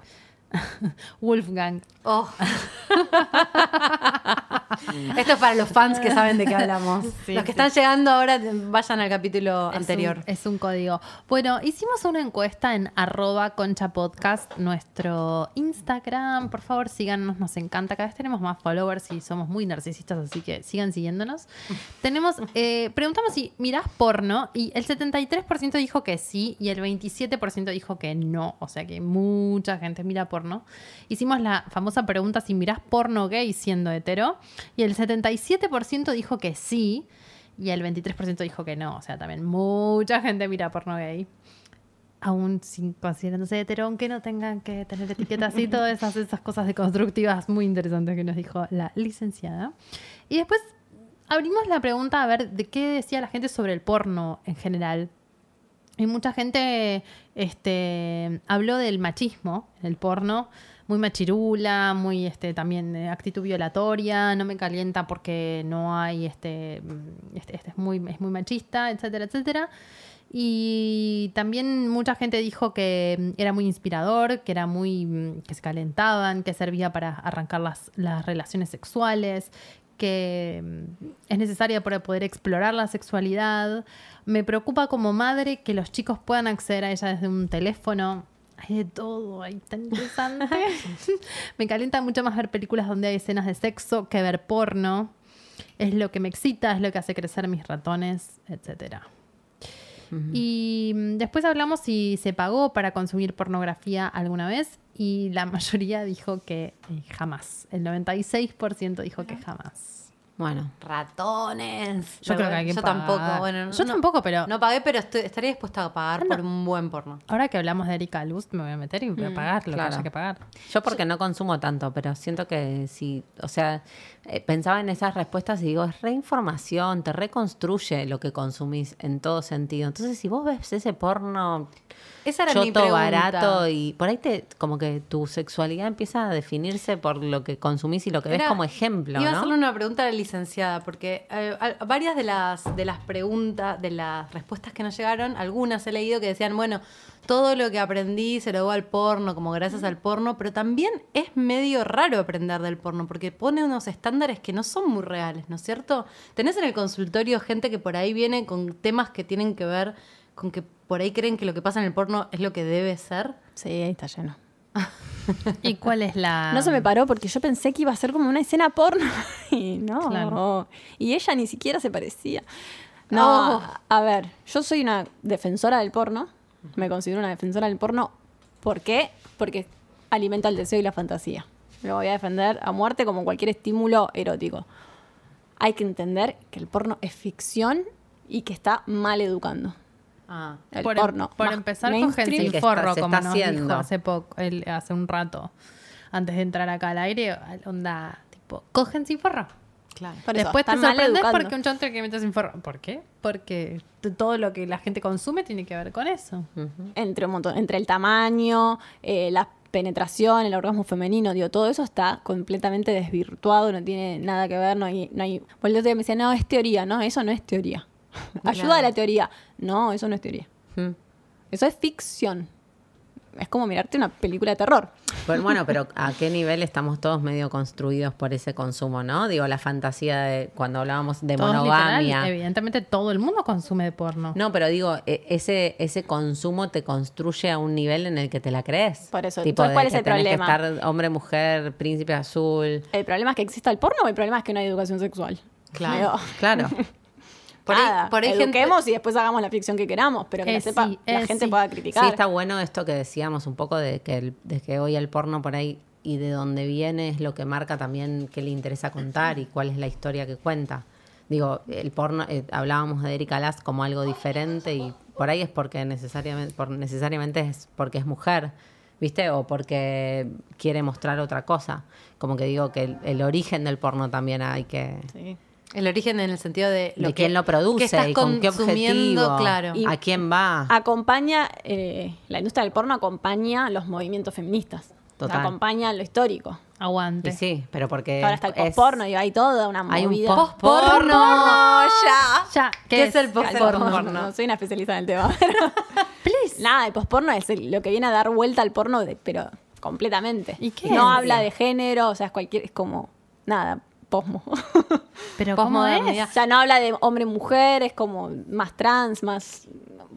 S1: *laughs* Wolfgang.
S3: *laughs* Oh. Esto es para los fans que saben de qué hablamos.
S1: Sí,
S3: los que
S1: sí.
S3: están llegando ahora vayan al capítulo
S1: Es
S3: anterior.
S1: un- Es un, código. Bueno, hicimos una encuesta en arroba concha podcast, nuestro Instagram. Por favor, síganos, nos encanta. Cada vez tenemos más followers y somos muy narcisistas, así que sigan siguiéndonos. Tenemos, eh, preguntamos si mirás porno y el 73% dijo que sí y el 27% dijo que no. O sea que mucha gente mira porno. Hicimos la famosa pregunta si mirás porno gay siendo hetero y el 77% dijo que sí. Y el 23% dijo que no. O sea, también mucha gente mira porno gay. Aún sin considerándose hetero, aunque no tengan que tener etiquetas y todas esas, esas cosas deconstructivas muy interesantes que nos dijo la licenciada. Y después abrimos la pregunta a ver de qué decía la gente sobre el porno en general. Y mucha gente este, habló del machismo en el porno, muy machirula, muy este, también eh, actitud violatoria, no me calienta porque no hay, este, mm, este, este es, muy, es muy machista, etcétera, etcétera. Y también mucha gente dijo que mm, era muy inspirador, que era muy mm, que se calentaban, que servía para arrancar las, las relaciones sexuales, que mm, es necesaria para poder explorar la sexualidad. Me preocupa como madre que los chicos puedan acceder a ella desde un teléfono. Hay de todo, hay tan interesante. me calienta mucho más ver películas donde hay escenas de sexo que ver porno. Es lo que me excita, es lo que hace crecer mis ratones, etcétera. Y mm, después hablamos si se pagó para consumir pornografía alguna vez y la mayoría dijo que eh, jamás. El 96% dijo que jamás.
S4: Bueno,
S3: Ratones.
S1: Yo creo que hay que
S3: Yo
S1: pagar.
S3: tampoco, bueno. no-
S1: Yo
S3: no-
S1: tampoco, pero-
S3: No pagué, pero estoy- estaría dispuesta a pagar por un buen porno.
S1: Ahora que hablamos de Erika Lust, me voy a meter y voy
S3: Mm,
S1: a pagar lo
S4: claro.
S1: que haya que pagar.
S4: yo porque no consumo tanto, pero siento que sí, o sea, eh, pensaba en esas respuestas y digo, es reinformación, te reconstruye lo que consumís en todo sentido. Entonces, si vos ves ese porno
S3: Esa era mi
S4: choto,
S3: pregunta.
S4: barato y por ahí te como que tu sexualidad empieza a definirse por lo que consumís y lo que ves
S3: Era-
S4: como ejemplo,
S3: Iba a
S4: ¿no?
S3: hacerle una pregunta a la licenciada, porque eh, a- varias de las, de las preguntas, de las respuestas que nos llegaron, algunas he leído que decían, bueno, todo lo que aprendí se lo debo al porno, como gracias al porno, pero también es medio raro aprender del porno, porque pone unos estándares que no son muy reales, ¿no es cierto? Tenés en el consultorio gente que por ahí viene con temas que tienen que ver con que por ahí creen que lo que pasa en el porno es lo que debe ser.
S5: Sí, ahí está lleno.
S1: ¿Y cuál es la...?
S5: *laughs* No se me paró porque yo pensé que iba a ser como una escena porno. *laughs* Y no.
S1: Claro.
S5: Y ella ni siquiera se parecía. No,
S3: Oh.
S5: a ver, yo soy una defensora del porno. Me considero una defensora del porno. ¿Por qué? Porque alimenta el deseo y la fantasía. Lo voy a defender a muerte como cualquier estímulo erótico. Hay que entender que el porno es ficción y que está mal educando.
S3: Ah.
S5: El
S1: por, em-
S5: porno.
S1: por
S5: más
S1: empezar,
S5: mainstream.
S1: cogen
S4: El que
S1: sin
S4: está-
S1: forro,
S4: se
S1: como
S4: está
S1: nos dijo
S4: haciendo.
S1: hace, poco, el- hace un rato, antes de entrar acá al aire, onda, tipo, cogen sin forro.
S3: Claro.
S5: Por eso,
S1: Después te
S5: están mal
S1: sorprendes
S5: educando.
S1: porque un chonter que metes sin forro. ¿Por qué? Porque t- todo lo que la gente consume tiene que ver con eso.
S5: Mm. entre un montón, entre el tamaño, eh, la penetración, el orgasmo femenino, digo, todo eso está completamente desvirtuado, no tiene nada que ver, no hay, no hay. Porque el otro día me decía, no, es teoría, no, eso no es teoría. *laughs* Ayuda a la teoría. No, eso no es teoría.
S4: Mm.
S5: Eso es ficción. Es como mirarte una película de terror.
S4: Pero bueno, pero ¿a qué nivel estamos todos medio construidos por ese consumo, no? Digo, la fantasía de cuando hablábamos de
S1: Todos,
S4: monogamia.
S1: literal, evidentemente todo el mundo consume de porno.
S4: No, pero digo, e- ese, ese consumo te construye a un nivel en el que te la crees.
S5: Por eso,
S4: tipo,
S5: ¿cuál
S4: de
S5: es
S4: que
S5: el
S4: tenés
S5: problema?
S4: Que estar hombre, mujer, príncipe azul.
S5: ¿El problema es que exista el porno o el problema es que no hay educación sexual? Digo, *laughs*
S4: Claro.
S3: Por ahí-
S5: nada,
S3: por ahí gente-
S5: eduquemos y después hagamos la ficción que queramos, pero que
S1: Eh,
S5: la, sepa-
S1: sí,
S5: la
S1: eh,
S5: gente
S1: sí.
S5: pueda
S4: Sí,
S5: criticar.
S4: está bueno esto que decíamos un poco de que, el- de que hoy el porno por ahí y de dónde viene es lo que marca también qué le interesa contar y cuál es la historia que cuenta. Digo, el porno, eh, hablábamos de Erika Lass como algo diferente y por ahí es porque necesariamente, por, necesariamente es porque es mujer, ¿viste? O porque quiere mostrar otra cosa. Como que digo que el, el origen del porno también hay que...
S5: Sí.
S3: El origen en el sentido de,
S4: de quién lo produce
S3: que estás
S4: y con qué
S3: consumiendo,
S4: objetivo,
S3: Claro.
S5: Y-
S4: a quién va.
S5: acompaña, eh, la industria del porno acompaña los movimientos feministas. O sea,
S4: Total.
S5: acompaña lo histórico.
S1: Aguante.
S4: Y sí, pero porque
S5: Ahora está el
S4: es-
S5: post-porno y hay toda una
S4: Hay un
S5: movida. *laughs*
S4: post-porno.
S3: ¡Porno! ¡Ya!
S1: Ya, ¿qué,
S3: ¿Qué es el
S5: Al
S3: post-porno?
S5: porno. Soy una especialista en el tema. *laughs* pero- Nada, el post-porno es el- lo que viene a dar vuelta al porno, de- pero completamente.
S1: ¿Y qué
S5: no
S1: es?
S5: habla de género, o sea, es cualquier, es como, nada, posmo.
S1: *laughs* Pero ¿cómo
S3: Posmodernidad.
S1: es?
S5: o sea, no habla de hombre-mujer, es como más trans, más...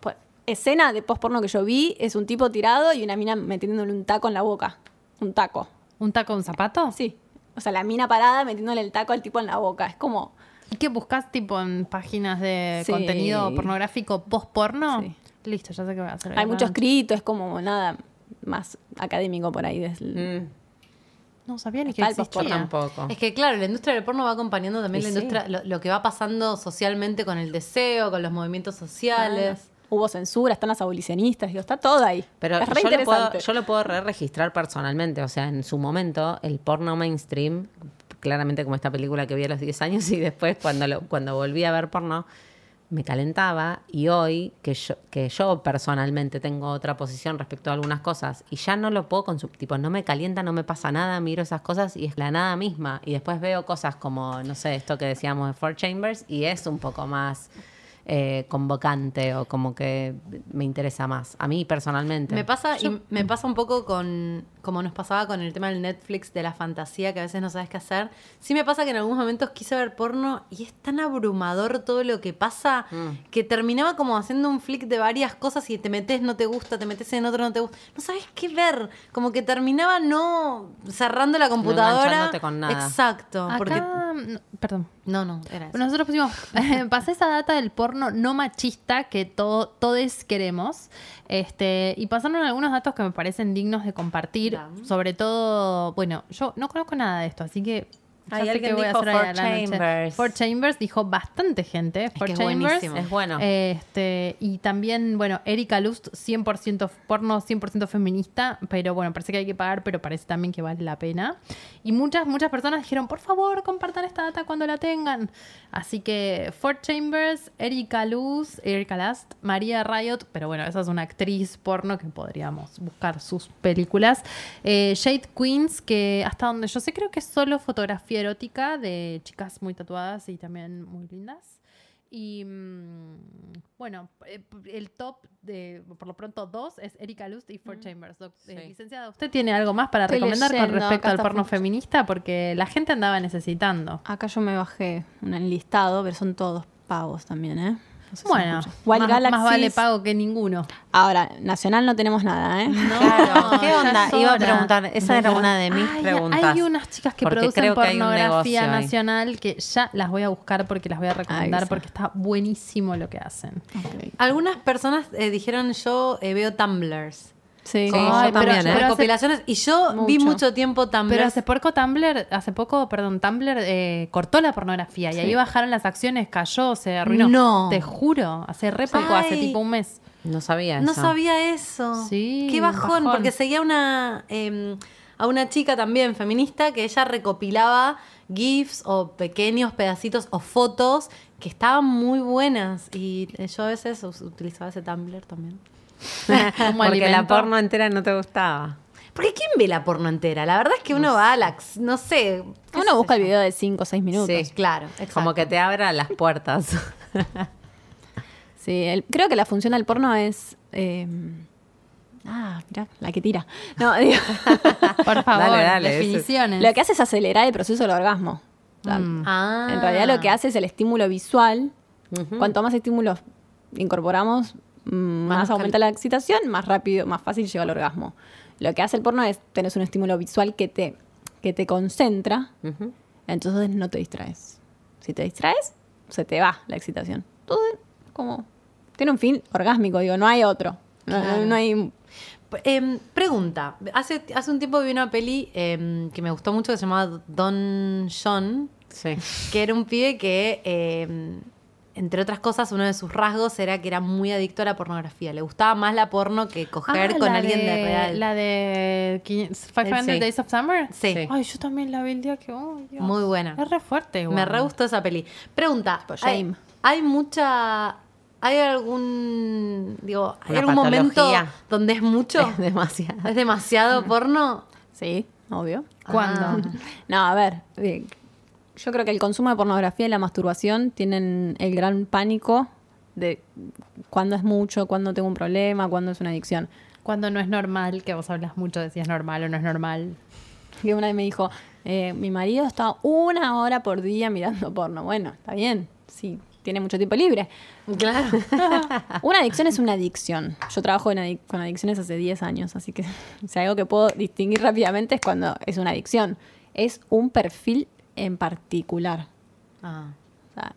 S5: pues, Escena de post-porno que yo vi es un tipo tirado y una mina metiéndole un taco en la boca. Un taco.
S1: ¿Un taco, un zapato?
S5: Sí. O sea, la mina parada metiéndole el taco al tipo en la boca. Es como.
S1: ¿Y qué buscas tipo en páginas de
S5: Sí.
S1: contenido pornográfico post-porno?
S5: Sí.
S1: Listo, ya sé qué voy a hacer.
S5: Hay
S1: ¿verdad?
S5: mucho escrito, es como nada más académico por ahí. des-
S4: Mm,
S1: No sabía ni que
S5: Está el
S1: existía.
S4: yo tampoco.
S3: Es que claro, la industria del porno va acompañando también
S4: Y
S3: la
S4: sí.
S3: industria, lo, lo que va pasando socialmente con el deseo, con los movimientos sociales.
S5: Hubo censura, están las abolicionistas, digo, está todo ahí.
S4: Pero
S5: es re
S4: yo, lo puedo,
S5: interesante.
S4: yo lo puedo re-registrar personalmente. O sea, en su momento, el porno mainstream, claramente como esta película que vi a los 10 años y después cuando, lo- cuando volví a ver porno, me calentaba. Y hoy, que yo, que yo personalmente tengo otra posición respecto a algunas cosas y ya no lo puedo consumir. Tipo, no me calienta, no me pasa nada, miro esas cosas y es la nada misma. Y después veo cosas como, no sé, esto que decíamos de Four Chambers y es un poco más... eh, convocante o como que me interesa más a mí personalmente
S3: Me pasa, y me pasa un poco con, como nos pasaba con el tema del Netflix, de la fantasía, que a veces no sabes qué hacer. Sí me pasa que en algunos momentos quise ver porno y es tan abrumador todo lo que pasa
S4: Mm.
S3: que terminaba como haciendo un flick de varias cosas y te metes, no te gusta, te metes en otro, no te gusta. No sabes qué ver. Como que terminaba no cerrando la computadora.
S4: enganchándote con nada.
S3: Exacto.
S1: Acá,
S3: Porque,
S1: no, perdón.
S3: no, no, era eso.
S1: Nosotros pusimos, *laughs* pasé esa data del porno no machista que todo, todos queremos. Este, y pasaron algunos datos que me parecen dignos de compartir.
S3: Dame.
S1: Sobre todo, bueno, yo no conozco nada de esto, así que ya
S4: Ay,
S1: sé
S4: alguien
S1: qué voy a
S4: dijo
S1: hacer
S4: Four
S1: ahí a la noche.
S4: Chambers.
S1: Four Chambers dijo bastante gente. Four
S3: que es
S1: Chambers.
S3: buenísimo.
S4: Es bueno.
S1: Este, y también, bueno, Erika Lust, 100% porno, 100% feminista, pero bueno, parece que hay que pagar, pero parece también que vale la pena. Y muchas, muchas personas dijeron, por favor, compartan esta data cuando la tengan. Así que Fort Chambers, Erika Luz, Erika Last, María Riot, pero bueno, esa es una actriz porno que podríamos buscar sus películas. Eh, Jade Queens, que hasta donde yo sé creo que solo fotografió pornografía erótica de chicas muy tatuadas y también muy lindas. Y mm, bueno, eh, el top de, por lo pronto, dos es Erika Lust y Four Chambers. Doc- eh,
S4: Sí.
S1: Licenciada, ¿usted tiene algo más para
S5: Estoy
S1: recomendar con
S5: leyendo,
S1: respecto
S5: acá
S1: al
S5: está
S1: porno
S5: Four-
S1: feminista? Porque la gente andaba necesitando.
S5: Acá yo me bajé un enlistado, pero son todos pagos también, ¿eh? No sé si
S1: Bueno,
S5: escuchan. Wild
S1: más,
S5: Galaxies.
S1: más vale pago que ninguno.
S5: Ahora, nacional no tenemos nada, *laughs* ¿eh?
S1: *laughs* No,
S4: Claro, *laughs* ¿qué
S1: ya
S4: onda?
S1: es
S4: Iba a
S1: hora.
S4: preguntar, esa era
S1: verdad.
S4: una de mis
S1: Ay,
S4: preguntas.
S1: Hay unas chicas que
S4: porque
S1: producen
S4: creo que hay un
S1: pornografía
S4: negocio ahí.
S1: nacional que ya las voy a buscar porque las voy a recomendar
S5: Ay, sí.
S1: porque está buenísimo lo que hacen.
S3: Algunas personas eh, dijeron yo eh, veo Tumblrs.
S4: Sí,
S5: Sí.
S4: yo
S1: Ay, pero-
S4: también, ¿eh?
S1: pero- hace-
S3: recopilaciones. Y yo vi
S5: Mucho.
S3: mucho tiempo
S4: Mm,
S3: Tumblr.
S1: Pero hace poco Tumblr, hace poco, perdón, Tumblr eh, cortó la pornografía y ahí bajaron las acciones, cayó, se arruinó.
S3: No.
S1: Te juro, hace re poco, hace
S3: Ay.
S1: tipo un
S4: *laughs*
S1: mes.
S4: No sabía eso.
S3: No sabía eso.
S1: Sí,
S3: Qué bajón,
S1: bajón.
S3: porque seguía una, eh, a una chica también feminista que ella recopilaba GIFs o pequeños pedacitos o fotos que estaban muy buenas. Y eh, yo a veces us- utilizaba ese Tumblr también.
S1: Como
S4: Porque la
S1: alimento.
S4: porno entera no te gustaba.
S3: Porque ¿quién ve la porno entera? La verdad es que uno va a la... No sé. qué sé
S5: Uno busca el
S3: yo.
S5: video de 5 o 6 minutos.
S4: Sí.
S5: Sí.
S3: Claro, exacto.
S4: Como que te abra las puertas. *laughs*
S5: el- creo que la función del porno es. eh, ah, mirá, la que tira. No, *laughs* digo,
S1: Por favor,
S4: Dale, dale, ese-
S1: definiciones. Mm.
S5: lo que hace es acelerar el proceso del orgasmo. O
S4: Mm.
S5: sea,
S3: Ah.
S5: En realidad lo que hace es el estímulo visual. Cuanto más estímulos incorporamos, mm, más,
S3: nos
S5: aumenta la excitación, más rápido, más fácil llega al orgasmo. Lo que hace el porno es tenés un estímulo visual que te, que te concentra, entonces no te distraes. Si te distraes, se te va la excitación. Entonces, como tiene un fin orgásmico, digo, no hay otro. No,
S3: Claro.
S5: no hay
S3: Em, pregunta. Hace, hace un tiempo vi una peli em, que me gustó mucho que se llamaba Don John,
S4: Sí.
S3: que era un pibe que, em, entre otras cosas, uno de sus rasgos era que era muy adicto a la pornografía. Le gustaba más la porno que coger
S1: Ah,
S3: con
S1: la
S3: alguien de, real. Eh,
S1: La de 500 500
S4: Sí.
S1: Days of Summer.
S3: Sí.
S1: Ay, yo también la vi el día que. oh, Dios.
S3: Muy buena.
S1: Es re fuerte, igual.
S3: Me re gustó esa peli. Pregunta.
S5: Tipo
S3: ¿hay,
S5: Shame.
S3: hay mucha... ¿Hay algún... Digo, ¿hay
S4: Una
S3: algún momento
S4: patología.
S3: donde es mucho?
S4: Es *laughs* demasiado.
S3: ¿Es demasiado porno?
S5: Sí, obvio.
S3: Ah.
S1: ¿Cuándo?
S5: Ah. *laughs* No, a ver. eh, Yo creo que el consumo de pornografía y la masturbación tienen el gran pánico de cuándo es mucho, cuándo tengo un problema, cuándo es una adicción.
S1: Cuando no es normal, que vos hablas mucho de si es normal o no es normal.
S5: Que una vez me dijo, eh, mi marido está una hora por día mirando porno. Bueno, está bien, sí, tiene mucho tiempo libre.
S3: Claro.
S5: *laughs* Una adicción es una adicción. Yo trabajo en adic- con adicciones hace 10 años, así que *laughs* si hay algo que puedo distinguir rápidamente es cuando es una adicción. Es un perfil en particular.
S3: Ah.
S5: O sea,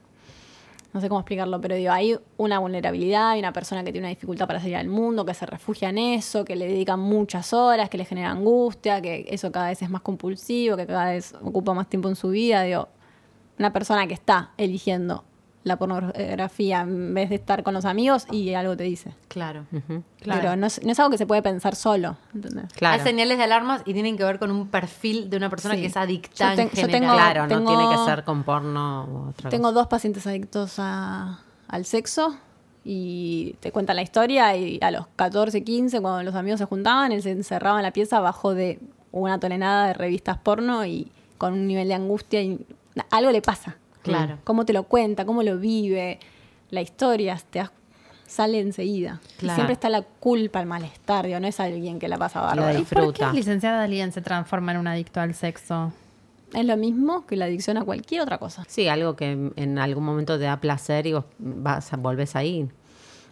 S5: no sé cómo explicarlo, pero digo, hay una vulnerabilidad, hay una persona que tiene una dificultad para salir al mundo, que se refugia en eso, que le dedican muchas horas, que le genera angustia, que eso cada vez es más compulsivo, que cada vez ocupa más tiempo en su vida. Digo, una persona que está eligiendo la pornografía en vez de estar con los amigos y algo te dice.
S3: Claro.
S1: Claro.
S5: Pero no es, no es algo que se puede pensar solo. ¿entendés?
S4: Claro.
S3: Hay señales de alarmas y tienen que ver con un perfil de una persona
S5: Sí.
S3: que es adicta
S5: Yo te-
S3: en
S5: yo
S3: general.
S5: tengo-
S4: Claro, no
S5: tengo-
S4: tiene que ser con porno u otra
S5: Tengo dos pacientes adictos a- al sexo y te cuentan la historia y a los 14, 15, cuando los amigos se juntaban, él se encerraba en la pieza abajo de una tonelada de revistas porno y con un nivel de angustia y na- algo le pasa.
S3: Claro.
S5: Cómo te lo cuenta, cómo lo vive, la historia te das- sale enseguida. Y
S3: Claro.
S5: Siempre está la culpa, el malestar, digo, no es alguien que la pasa bárbaro.
S4: Lo
S1: ¿Y por qué
S4: disfruta.
S1: licenciada Lien se transforma en un adicto al sexo?
S5: Es lo mismo que la adicción a cualquier otra cosa.
S4: Sí, algo que en- en algún momento te da placer y vos vas, volvés ahí.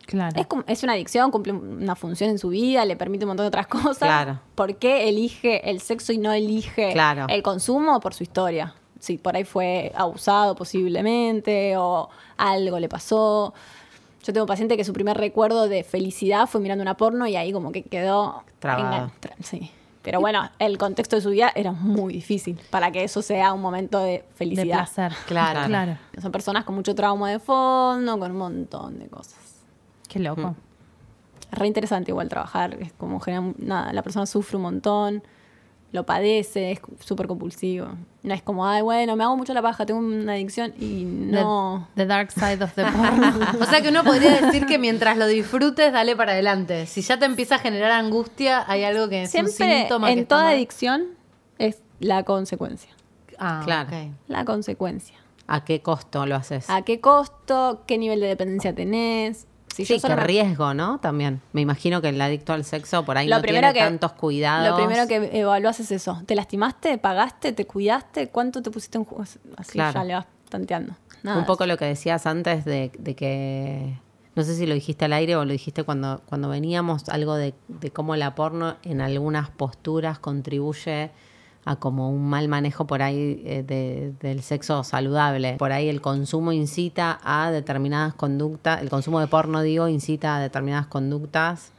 S1: Claro.
S5: Es, como- es una adicción, cumple una función en su vida, le permite un montón de otras *laughs* cosas.
S4: Claro.
S5: ¿Por qué elige el sexo y no elige
S4: Claro.
S5: el consumo? Por su historia. Si por ahí fue abusado posiblemente o algo le pasó. Yo tengo un paciente que su primer recuerdo de felicidad fue mirando una porno y ahí como que quedó...
S4: Trabado.
S5: engan- tra- Sí. Pero bueno, el contexto de su vida era muy difícil para que eso sea un momento de felicidad.
S1: de placer.
S4: Claro.
S1: Claro.
S5: Son personas con mucho trauma de fondo, con un montón de cosas.
S1: Qué loco.
S5: Es re interesante igual trabajar, es como genera, nada, la persona sufre un montón, lo padece, es súper compulsivo. No es como, ay, bueno, me hago mucho la paja, tengo una adicción y no.
S1: The, the dark side of the
S3: *laughs*
S1: porn.
S3: O sea que uno podría decir que mientras lo disfrutes, dale para adelante. Si ya te empieza a generar angustia, hay algo que es un
S5: Siempre
S3: síntoma que
S5: en
S3: está
S5: toda
S3: mal.
S5: adicción es la consecuencia.
S3: Ah,
S4: Claro.
S3: ok.
S5: La consecuencia.
S4: ¿A qué costo lo haces?
S5: ¿A qué costo? ¿Qué nivel de dependencia tenés? Si
S4: sí,
S5: yo solo
S4: qué
S5: me-
S4: riesgo, ¿no? También. Me imagino que el adicto al sexo por ahí
S5: Lo
S4: no
S5: primero
S4: tiene
S5: que-
S4: tantos cuidados.
S5: Lo primero que evaluás es eso. ¿Te lastimaste? ¿Pagaste? ¿Te cuidaste? ¿Cuánto te pusiste en juego? Así
S4: Claro.
S5: ya le vas tanteando. Nada,
S4: Un poco lo que decías antes de, de que. No sé si lo dijiste al aire o lo dijiste cuando, cuando veníamos, algo de, de cómo la porno en algunas posturas contribuye a como un mal manejo por ahí eh, de- del sexo saludable. Por ahí el consumo incita a determinadas conductas, el consumo de porno, digo, incita a determinadas conductas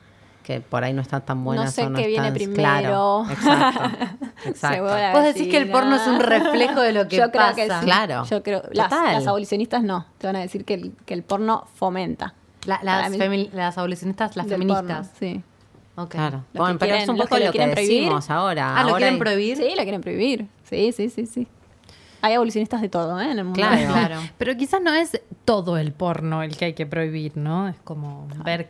S4: que por ahí no están tan buenas.
S5: sé
S4: o no
S5: qué viene
S4: están-
S5: primero.
S4: Claro,
S5: *laughs*
S4: exacto.
S5: Se
S4: exacto.
S5: va la
S3: Vos decís que el porno es un
S5: vecina.
S3: reflejo de lo que
S5: Yo
S3: pasa.
S5: creo que sí.
S4: Claro.
S5: Yo creo. Las,
S4: Total.
S5: las abolicionistas no. Te van a decir que el, que el porno fomenta.
S3: La-
S5: Para
S3: las,
S5: mí-
S3: femi- las abolicionistas, las
S5: del
S3: feministas.
S5: porno, sí.
S3: Ok.
S4: Claro.
S5: que
S4: Bueno, pero es
S5: quieren-
S4: un
S5: los
S4: poco
S5: que lo
S4: lo que,
S5: quieren prohibir.
S4: decimos ahora.
S3: Ah, ¿lo
S4: Ahora
S3: quieren
S4: hay-
S3: prohibir?
S5: Sí, la quieren prohibir. Sí, sí, sí, sí. Hay abolicionistas de todo, ¿eh? En el mundo.
S4: Claro.
S3: Claro.
S1: Pero quizás no es todo el porno el que hay que prohibir, ¿no? Es como ver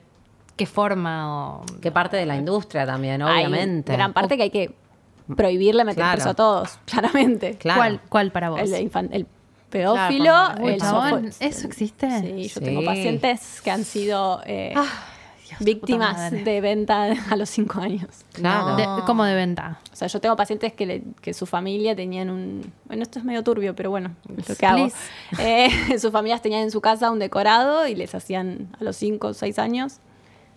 S1: qué forma o...
S4: Que parte de la industria también,
S5: *laughs* Hay
S4: obviamente.
S5: gran parte que hay que prohibirle meter
S4: Claro.
S5: preso a todos, *laughs* claramente.
S4: Claro.
S1: ¿Cuál, cuál para vos?
S5: El, infan- el
S3: Claro,
S5: pedófilo,
S3: cuando-
S1: Uy,
S5: el
S1: chabón,
S5: sofo-
S1: ¿eso existe?
S5: Sí,
S4: Sí.
S5: yo tengo pacientes que han sido eh,
S1: Dios, puta
S5: víctimas
S1: madre.
S5: de venta a los cinco años.
S4: Claro.
S3: No.
S1: De- como de venta.
S5: O sea, yo tengo pacientes que, le- que su familia tenían un... Bueno, esto es medio turbio, pero bueno, es lo que hago.
S1: Please.
S5: Eh, *laughs* sus familias tenían en su casa un decorado y les hacían a los cinco o seis años.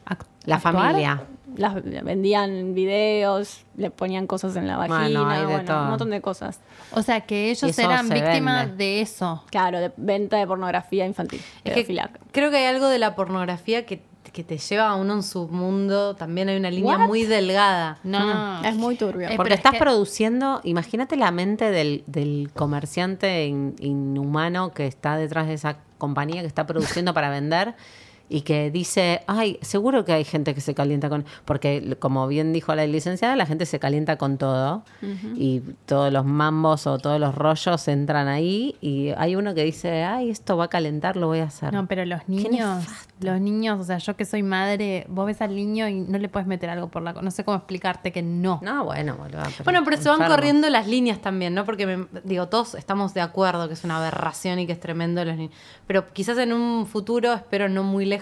S1: Act-
S4: La
S1: actuar.
S4: familia.
S5: eh, Las vendían videos, le ponían cosas en la
S4: Bueno,
S5: vagina,
S4: hay de
S5: bueno,
S4: todo.
S5: un montón de cosas.
S1: O sea, que ellos
S4: Eso
S1: eran
S4: se
S1: víctimas
S4: vende.
S1: de eso.
S5: Claro, de venta de pornografía infantil.
S3: Es que
S5: pedofilia.
S3: creo que hay algo de la pornografía que, que te lleva a uno en su mundo. También hay una línea
S1: What?
S3: muy delgada.
S1: No, no.
S5: es muy turbio.
S1: Eh,
S4: Porque
S1: pero es
S4: estás
S1: que-
S4: produciendo, imagínate la mente del, del comerciante in- inhumano que está detrás de esa compañía que está produciendo para vender y que dice, ay, seguro que hay gente que se calienta con, porque como bien dijo la licenciada, la gente se calienta con todo y todos los mambos o todos los rollos entran ahí y hay uno que dice, ay, esto va a calentar, lo voy a hacer.
S1: No, pero los niños, los niños, o sea, yo que soy madre, vos ves al niño y no le puedes meter algo por la... co- No sé cómo explicarte que no.
S4: No, bueno, boluda,
S3: Bueno, pero se van
S4: enfermo.
S3: corriendo las líneas también, ¿no? Porque, me- digo, todos estamos de acuerdo que es una aberración y que es tremendo. Los ni- pero quizás en un futuro, espero no muy lejano,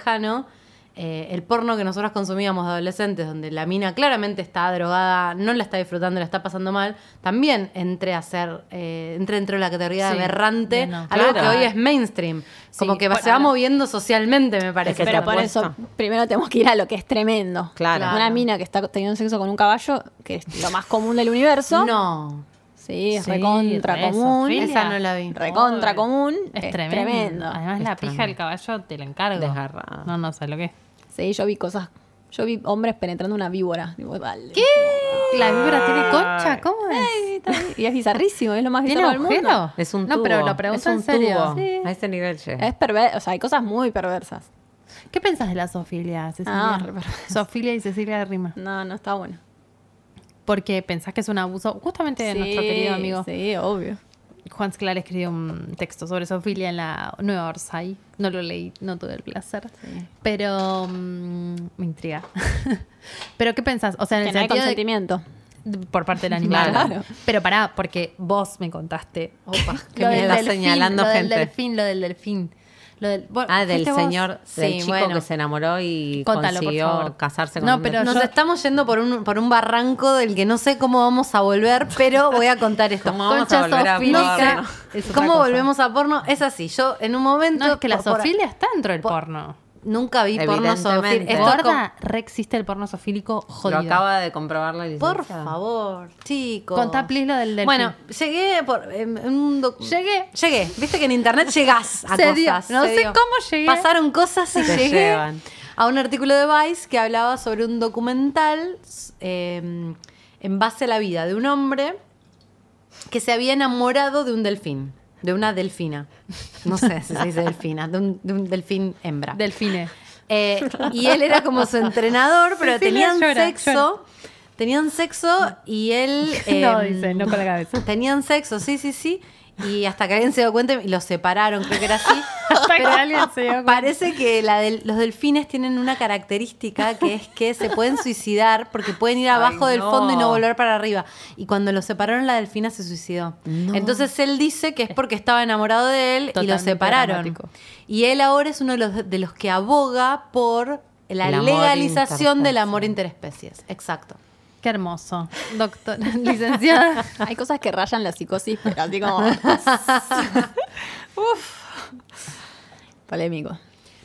S3: eh, el porno que nosotros consumíamos de adolescentes, donde la mina claramente está drogada, no la está disfrutando, la está pasando mal, también entre a ser, eh, entre dentro de la categoría de
S1: Sí,
S3: aberrante,
S1: no, no,
S3: algo
S4: claro.
S3: que hoy es mainstream. Como que va-
S1: bueno,
S3: se va
S1: ahora-
S3: moviendo socialmente, me parece.
S4: que
S5: Pero
S4: te
S5: por eso,
S4: apuesto.
S5: primero tenemos que ir a lo que es tremendo.
S4: Claro.
S5: Una mina que está teniendo sexo con un caballo, que es lo más común del universo.
S3: No.
S5: Sí, es
S1: Sí,
S5: recontra
S1: re
S5: común.
S1: zoofilia.
S3: Esa no la vi.
S5: Recontra común.
S1: Es,
S5: es
S1: tremendo.
S5: tremendo.
S1: Además,
S4: Es
S1: la pija del caballo te la encargo.
S4: Desgarrada.
S1: No, no sé lo que es.
S5: Sí, yo vi cosas. Yo vi hombres penetrando una víbora. Digo, vale.
S1: ¿La víbora tiene concha? ¿Cómo es?
S5: Y es bizarrísimo, es lo más
S1: ¿Tiene
S5: bizarro del mundo.
S1: agujero?
S4: Es un tubo.
S1: No, pero lo pregunto
S4: es un
S1: en serio.
S4: tubo.
S1: Sí.
S4: A ese nivel llega.
S5: Es perverso, o sea, hay cosas muy perversas.
S1: ¿Qué pensás de la Sofilia, Cecilia?
S5: Ah, re perverso.
S1: Sofilia y Cecilia de Rima.
S5: No, no está bueno.
S1: Porque pensás que es un abuso. Justamente
S5: Sí,
S1: Este nuestro querido amigo
S5: Sí, obvio.
S1: Juan Sclar escribió un texto sobre Sofilia en la Nueva Orsay. No lo leí, no tuve el placer. Pero mm, me intriga. *laughs* pero ¿qué pensás? O sea, en
S5: Que
S1: el
S5: no hay
S1: sentido de-
S5: consentimiento.
S1: de- por parte del animal.
S5: Claro.
S1: Pero pará, porque vos me contaste. *laughs*
S3: Opa,
S4: Que me está señalando
S1: lo
S4: gente.
S1: del delfín, lo del delfín. Lo del, bueno,
S4: Ah, del
S1: ¿fuiste vos?
S4: señor, del
S3: Sí,
S4: chico
S3: bueno.
S4: que se enamoró y
S1: Contalo, por
S4: consiguió
S1: favor.
S4: casarse con
S1: No,
S4: un
S1: pero
S4: delfín.
S3: Nos
S1: yo-
S3: estamos yendo por un, por un barranco del que no sé cómo vamos a volver, pero voy a
S1: *laughs*
S3: contar esto.
S4: ¿Cómo vamos a volver a
S3: sofílica.
S4: porno?
S1: Es otra
S3: ¿Cómo
S1: cosa.
S3: volvemos a porno? Es así, yo en un momento...
S1: No, es que la
S3: por- por-
S1: sofilia está dentro del
S3: por-
S1: porno.
S3: Nunca vi porno sofí-
S4: Evidentemente.
S3: Esto es
S1: Gorda, re existe el porno sofílico
S4: Lo
S1: jodido.
S4: acaba de comprobar la
S3: como-
S4: licenciada.
S3: Por favor, chicos.
S1: Contá, please, lo del delfín.
S3: Bueno, llegué por... en- en un doc-
S1: Llegué.
S3: Llegué. Viste que en internet llegás a
S1: Se
S3: cosas.
S1: dio. No
S3: se
S1: sé cómo llegué.
S3: Pasaron cosas y
S4: Te
S3: llegué
S4: llevan.
S3: a un artículo de Vice que hablaba sobre un documental eh, en base a la vida de un hombre que se había enamorado de un delfín. De una delfina. No sé si se dice delfina. De un, de un delfín
S1: Ah.
S3: hembra.
S1: Delfine.
S3: Eh, y él era como su entrenador, pero
S1: Cecilia
S3: tenían
S1: llora,
S3: sexo.
S1: llora.
S3: Tenían sexo y él.
S1: No,
S3: em,
S1: Eh, dice, *laughs* *laughs* no con la cabeza.
S3: *laughs* Tenían sexo, sí, sí, sí. Y hasta que alguien se dio cuenta y los separaron, creo que era así.
S1: *laughs* *laughs* Hasta que alguien se dio cuenta.
S3: Parece que la del- los delfines tienen una característica que es que se pueden suicidar porque pueden ir abajo del
S4: no.
S3: fondo y no volver para arriba. Y cuando los separaron, la delfina se suicidó. Entonces él dice que es porque estaba enamorado de él y lo
S1: Totalmente
S3: separaron.
S1: dramático.
S3: Y él ahora es uno de los, de los que aboga por la
S4: El amor
S3: legalización del
S4: interespecies.
S3: amor interespecies. Exacto.
S1: Qué hermoso. Doctora, *laughs* licenciada.
S5: Hay cosas que rayan la psicosis, pero así como. Uf. Polémico.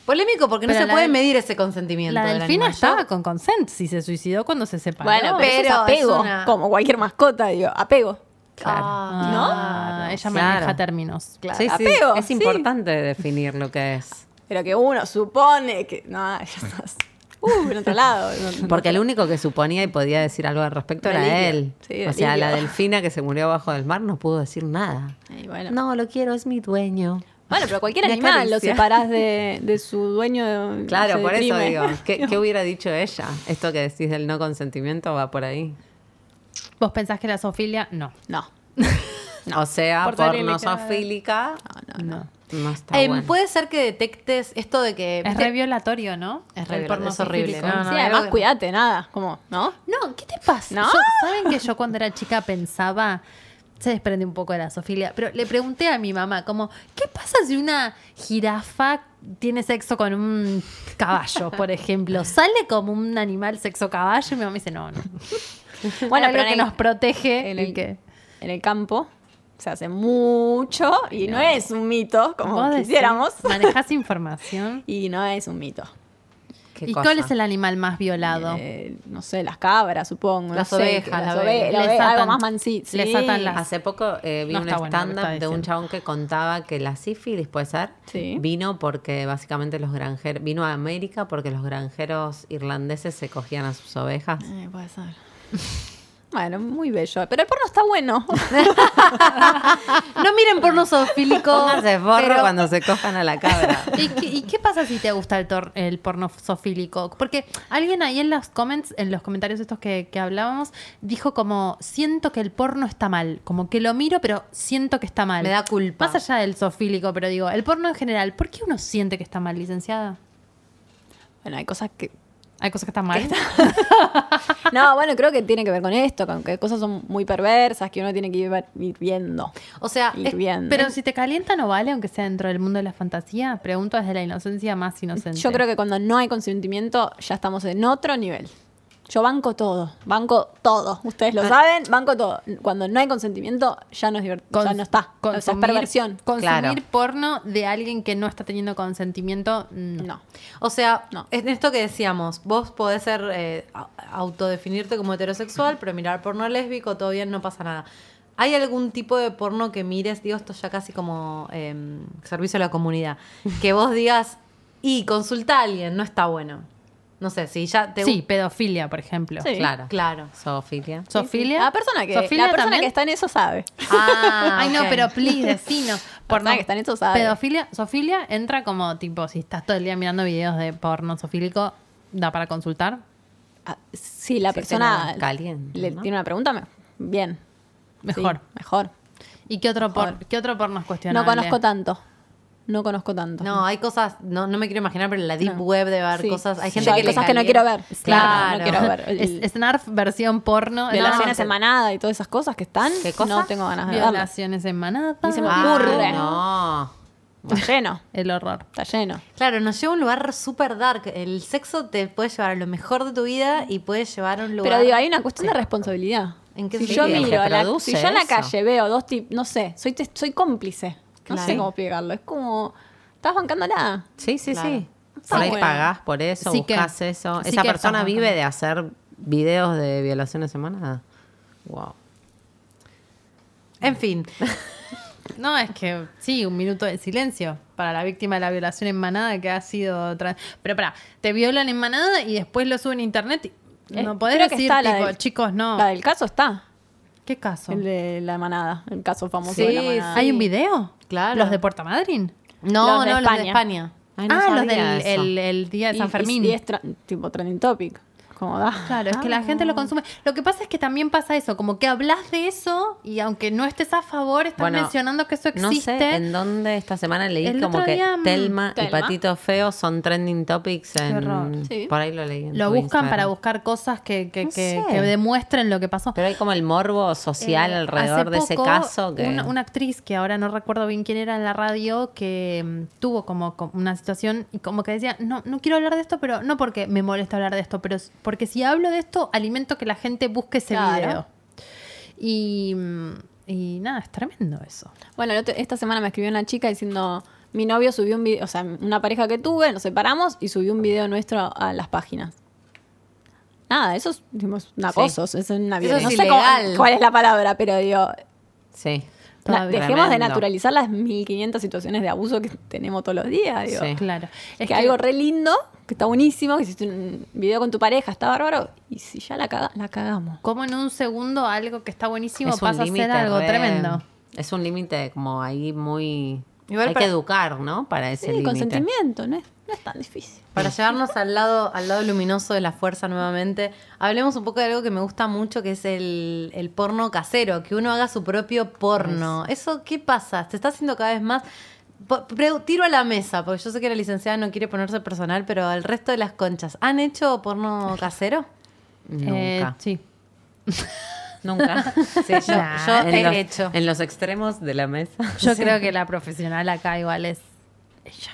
S3: Polémico porque no
S1: Pero
S3: se
S1: la
S3: puede
S1: del-
S3: medir ese consentimiento.
S1: La
S3: del
S1: delfina
S3: animal.
S1: estaba con consent si se suicidó cuando se separó.
S5: Bueno, pero, eso es
S3: pero
S5: apego.
S3: es una-
S5: Como cualquier mascota, digo, apego.
S4: Claro.
S1: Ah, Ella
S4: Claro.
S1: maneja términos.
S5: Claro,
S4: Sí, sí,
S5: apego,
S4: es
S5: sí.
S4: importante definir lo que es.
S5: Pero que uno supone que. No, *laughs* ya estás. Uh, en otro lado. No-
S4: Porque el único que suponía y podía decir algo al respecto era
S5: Delirio.
S4: él.
S5: Sí,
S4: o sea,
S5: delirio.
S4: la delfina que se murió abajo del mar no pudo decir nada.
S5: Y bueno.
S4: No, lo quiero, es mi dueño.
S5: Bueno, pero cualquier
S4: Me
S5: animal lo
S4: acaricia.
S5: separás de, de su dueño.
S4: Claro,
S5: se
S4: por eso
S5: deprime.
S4: digo, ¿qué, *laughs* qué hubiera dicho ella? Esto que decís del no consentimiento va por ahí.
S1: ¿Vos pensás que era zoofilia? No.
S5: No.
S4: O sea,
S1: Por
S4: por,
S1: ser
S4: nosofílica,
S1: No.
S4: no está
S3: Em,
S4: bueno.
S3: Puede ser que detectes esto de
S4: Eh,
S3: que.
S1: Es
S3: ¿viste?
S1: re violatorio, ¿no?
S3: Es
S1: El
S3: re
S1: porno
S3: violatorio, es horrible.
S1: zoofílico.
S3: No,
S5: sí,
S3: algo
S5: además,
S3: que-
S5: cuídate, nada. Como, ¿no?
S1: No, ¿qué te pasa?
S5: ¿No?
S1: Yo- Saben que yo cuando era chica pensaba, se desprende un poco de la sofilia, pero le pregunté a mi mamá, como, ¿qué pasa si una jirafa tiene sexo con un caballo, por ejemplo? ¿Sale como un animal sexo caballo? Y mi mamá dice,
S5: *laughs*
S1: no, no. Bueno,
S5: Bueno,
S1: pero
S5: pero en
S1: que
S5: el-
S1: nos protege
S5: en
S1: y
S5: el,
S1: que-
S5: en el campo se hace mucho y no, es un mito como
S1: Vos decís,
S5: quisiéramos.
S1: *laughs* Manejás
S5: *laughs*
S1: información.
S5: Y no es un mito.
S4: ¿Qué
S1: ¿Y
S4: cosa?
S1: cuál es el animal más violado?
S5: Eh, no sé, las cabras, supongo.
S3: Las
S5: no sé,
S3: ovejas,
S5: que
S3: la
S5: las
S3: oveja.
S5: ovejas, la
S1: Les
S5: oveja, algo
S1: atan-
S5: más mansito.
S1: les atan las-
S4: Hace poco eh, vi
S1: No
S4: un
S1: está bueno lo que
S4: stand-up
S1: está
S4: de un
S1: diciendo.
S4: chabón que contaba que la sífilis, puede ser,
S5: Sí.
S4: vino porque básicamente los granjeros, vino a América porque los granjeros irlandeses se cogían a sus ovejas.
S5: Eh, puede ser. Bueno, muy bello. Pero el porno está bueno. *laughs*
S3: No miren porno zoofílico.
S4: Pónganse forro
S3: pero-
S4: cuando se cojan a la cabra.
S1: ¿Y qué, y qué pasa si te gusta el, tor- el porno zoofílico? Porque alguien ahí en los comments, en los comentarios estos que, que hablábamos, dijo como siento que el porno está mal, como que lo miro pero siento que está mal.
S3: Me da culpa.
S1: Más allá del zoofílico, pero digo, el porno en general, ¿por qué uno siente que está mal, licenciada?
S5: bueno, hay cosas que. *laughs*
S1: Hay cosas que están mal. *laughs*
S5: No, bueno, creo que tiene que ver con esto, con que cosas son muy perversas que uno tiene que ir ir viendo.
S3: O sea,
S5: Ir
S3: es-
S5: viendo.
S1: Pero si te calienta no vale, aunque sea dentro del mundo de la fantasía. Pregunto desde la inocencia más inocente.
S5: Yo creo que cuando no hay consentimiento ya estamos en otro nivel. Yo banco todo, banco todo. Ustedes lo saben, banco todo. Cuando no hay consentimiento ya no es divertido, ya no está. O sea, es perversión.
S1: Consumir
S4: Claro.
S1: porno de alguien que no está teniendo consentimiento, no.
S5: No.
S3: o sea,
S5: No.
S3: es esto que decíamos, vos podés ser eh, a- autodefinirte como heterosexual, pero mirar porno lésbico, todo bien, no pasa nada. ¿Hay algún tipo de porno que mires, digo esto ya casi como eh, servicio a la *laughs* comunidad, que vos digas, y consulta a alguien, no está bueno? No sé, si ya te...
S1: Sí, pedofilia, por ejemplo.
S5: Sí.
S4: Claro.
S3: *laughs* Claro.
S4: Zoofilia.
S1: Sofilia.
S5: La persona que, la
S1: ¿Sofilia
S5: persona
S1: también?
S5: que está en eso sabe.
S3: Ah,
S1: Ay, no,
S3: ok.
S1: pero *laughs* please, decino.
S5: Persona que está en eso sabe.
S1: Pedofilia, sofilia entra como tipo, si estás todo el día mirando videos de porno sofílico, da para consultar.
S5: Ah, Si la
S4: Sí,
S5: persona
S4: tenés caliente,
S5: le
S4: ¿no?
S5: tiene una pregunta, me- bien.
S1: Mejor.
S5: Sí, mejor.
S1: ¿Y qué otro, por,
S5: Mejor.
S1: qué otro porno es
S5: No
S1: cuestionable?
S5: conozco tanto. No conozco tanto.
S3: No, hay cosas, no, no me quiero imaginar, pero en la deep web de ver
S5: Sí.
S3: cosas, hay
S5: Sí,
S3: gente
S5: hay
S3: que le
S5: cosas que no
S3: calienta.
S5: quiero ver.
S3: Claro,
S5: Claro, no quiero ver.
S1: *laughs*
S5: El-
S1: Es, Snarf versión porno.
S5: Violaciones
S1: No,
S5: en manada y todas esas cosas que están.
S4: ¿Qué cosa?
S5: No tengo ganas de verlas.
S1: Violaciones en manada.
S5: Ni se me
S1: Ah,
S5: ocurre.
S4: Ah, no.
S5: Está lleno.
S1: El horror.
S5: Está lleno.
S3: Claro, nos lleva a un lugar súper dark. El sexo te puede llevar a lo mejor de tu vida y puede llevar a un lugar.
S5: Pero digo, hay una cuestión de responsabilidad.
S3: ¿En qué
S5: si
S3: sentido?
S5: yo
S3: El que
S5: miro, a la,
S4: produce
S5: si yo en la
S4: eso.
S5: calle veo dos tipos, no sé, soy, tes- soy cómplice. No
S3: Claro.
S5: sé cómo explicarlo. Es como, estás bancando nada.
S4: Sí, sí,
S3: Claro.
S4: sí.
S5: Está
S4: Por ahí
S5: bueno.
S4: pagás por eso,
S1: Sí que-
S4: buscas eso.
S1: sí
S4: Esa
S1: que
S4: persona
S1: estamos
S4: vive
S1: con-
S4: de hacer videos de violaciones semanadas. Wow.
S3: En fin.
S1: No, es que sí, un minuto de silencio para la víctima de la violación en manada que ha sido. tra- Pero para, te violan en manada y después lo suben a internet. Y
S5: Eh,
S1: no podés
S5: creo que
S1: decir,
S5: está la
S1: tipo,
S5: del-
S1: chicos, no.
S5: La del caso está.
S1: ¿Qué caso?
S5: El de la manada. El caso famoso
S3: Sí,
S5: de la manada.
S1: ¿Hay un video?
S3: Claro.
S1: ¿Los de Puerto Madryn?
S3: No,
S5: Los de
S3: no, los de
S5: España.
S3: España.
S4: Ay, no
S1: ah, los
S4: sabía
S1: del
S4: eso.
S1: el, el día de
S5: Y-
S1: San
S5: y-
S1: Fermín.
S5: Y, es tra- tipo trending topic. Como da.
S1: Claro, es que la gente
S5: Ah.
S1: lo consume. Lo que pasa es que también pasa eso, como que hablas de eso y aunque no estés a favor, estás
S4: Bueno,
S1: mencionando que eso
S4: No
S1: existe.
S4: sé en dónde esta semana leí
S1: El
S4: como
S1: otro
S4: que
S1: día, mm,
S4: Telma, y
S5: Telma.
S4: Patito Feo son trending topics
S1: horror.
S4: en...
S5: Sí.
S4: Por ahí lo leí. en
S1: Lo
S4: tu
S1: buscan
S4: Instagram.
S1: para buscar cosas que, que-
S4: No
S1: que-
S4: sé.
S1: que demuestren lo que pasó.
S4: Pero hay como el morbo social
S1: Eh,
S4: alrededor
S1: hace
S4: de ese
S1: poco,
S4: caso que...
S1: Una, una actriz que ahora no recuerdo bien quién era en la radio que mm, tuvo como, como una situación y como que decía, no, no quiero hablar de esto, pero no porque me molesta hablar de esto, pero s- porque si hablo de esto, alimento que la gente busque ese
S5: Claro.
S1: video. Y, mm, y nada, es tremendo eso.
S5: Bueno, el otro- esta semana me escribió una chica diciendo, mi novio subió un video, o sea, una pareja que tuve, nos separamos y subió un video nuestro a las páginas. Nada, eso es, digo, es un acoso, es una
S3: Eso es
S5: no sé cómo-
S3: ilegal.
S5: cuál es la palabra, pero digo,
S4: Sí.
S5: na-
S1: Todavía.
S5: dejemos de
S4: Tremendo.
S5: naturalizar las 1500 situaciones de abuso que tenemos todos los días, digo.
S4: Sí.
S1: Claro.
S5: Es que, algo re lindo, que está buenísimo, que hiciste un video con tu pareja, está bárbaro, y si ya la, caga- la cagamos.
S1: como en un segundo algo que está buenísimo
S4: Es un
S1: pasa a
S4: límite
S1: ser algo
S4: re-
S1: tremendo.
S4: Es un límite como ahí muy...
S3: Igual
S4: hay
S3: para-
S4: que educar, ¿no? Para ese
S5: Sí,
S4: límite.
S5: consentimiento, no es, no es tan difícil.
S3: Para llevarnos al lado, al lado luminoso de la fuerza nuevamente, hablemos un poco de algo que me gusta mucho, que es el, el porno casero, que uno haga su propio porno. ¿Eso qué pasa? ¿Se está haciendo cada vez más? Po- pre- Tiro a la mesa, porque yo sé que la licenciada no quiere ponerse personal, pero al resto de las conchas, ¿han hecho porno casero?
S1: Eh,
S4: Nunca.
S1: sí.
S4: *laughs* Nunca. Sí, yo,
S1: Nah,
S4: yo
S3: he
S4: en, los,
S3: hecho.
S4: en los extremos de la mesa.
S1: *laughs* Yo creo que la profesional acá igual es ella.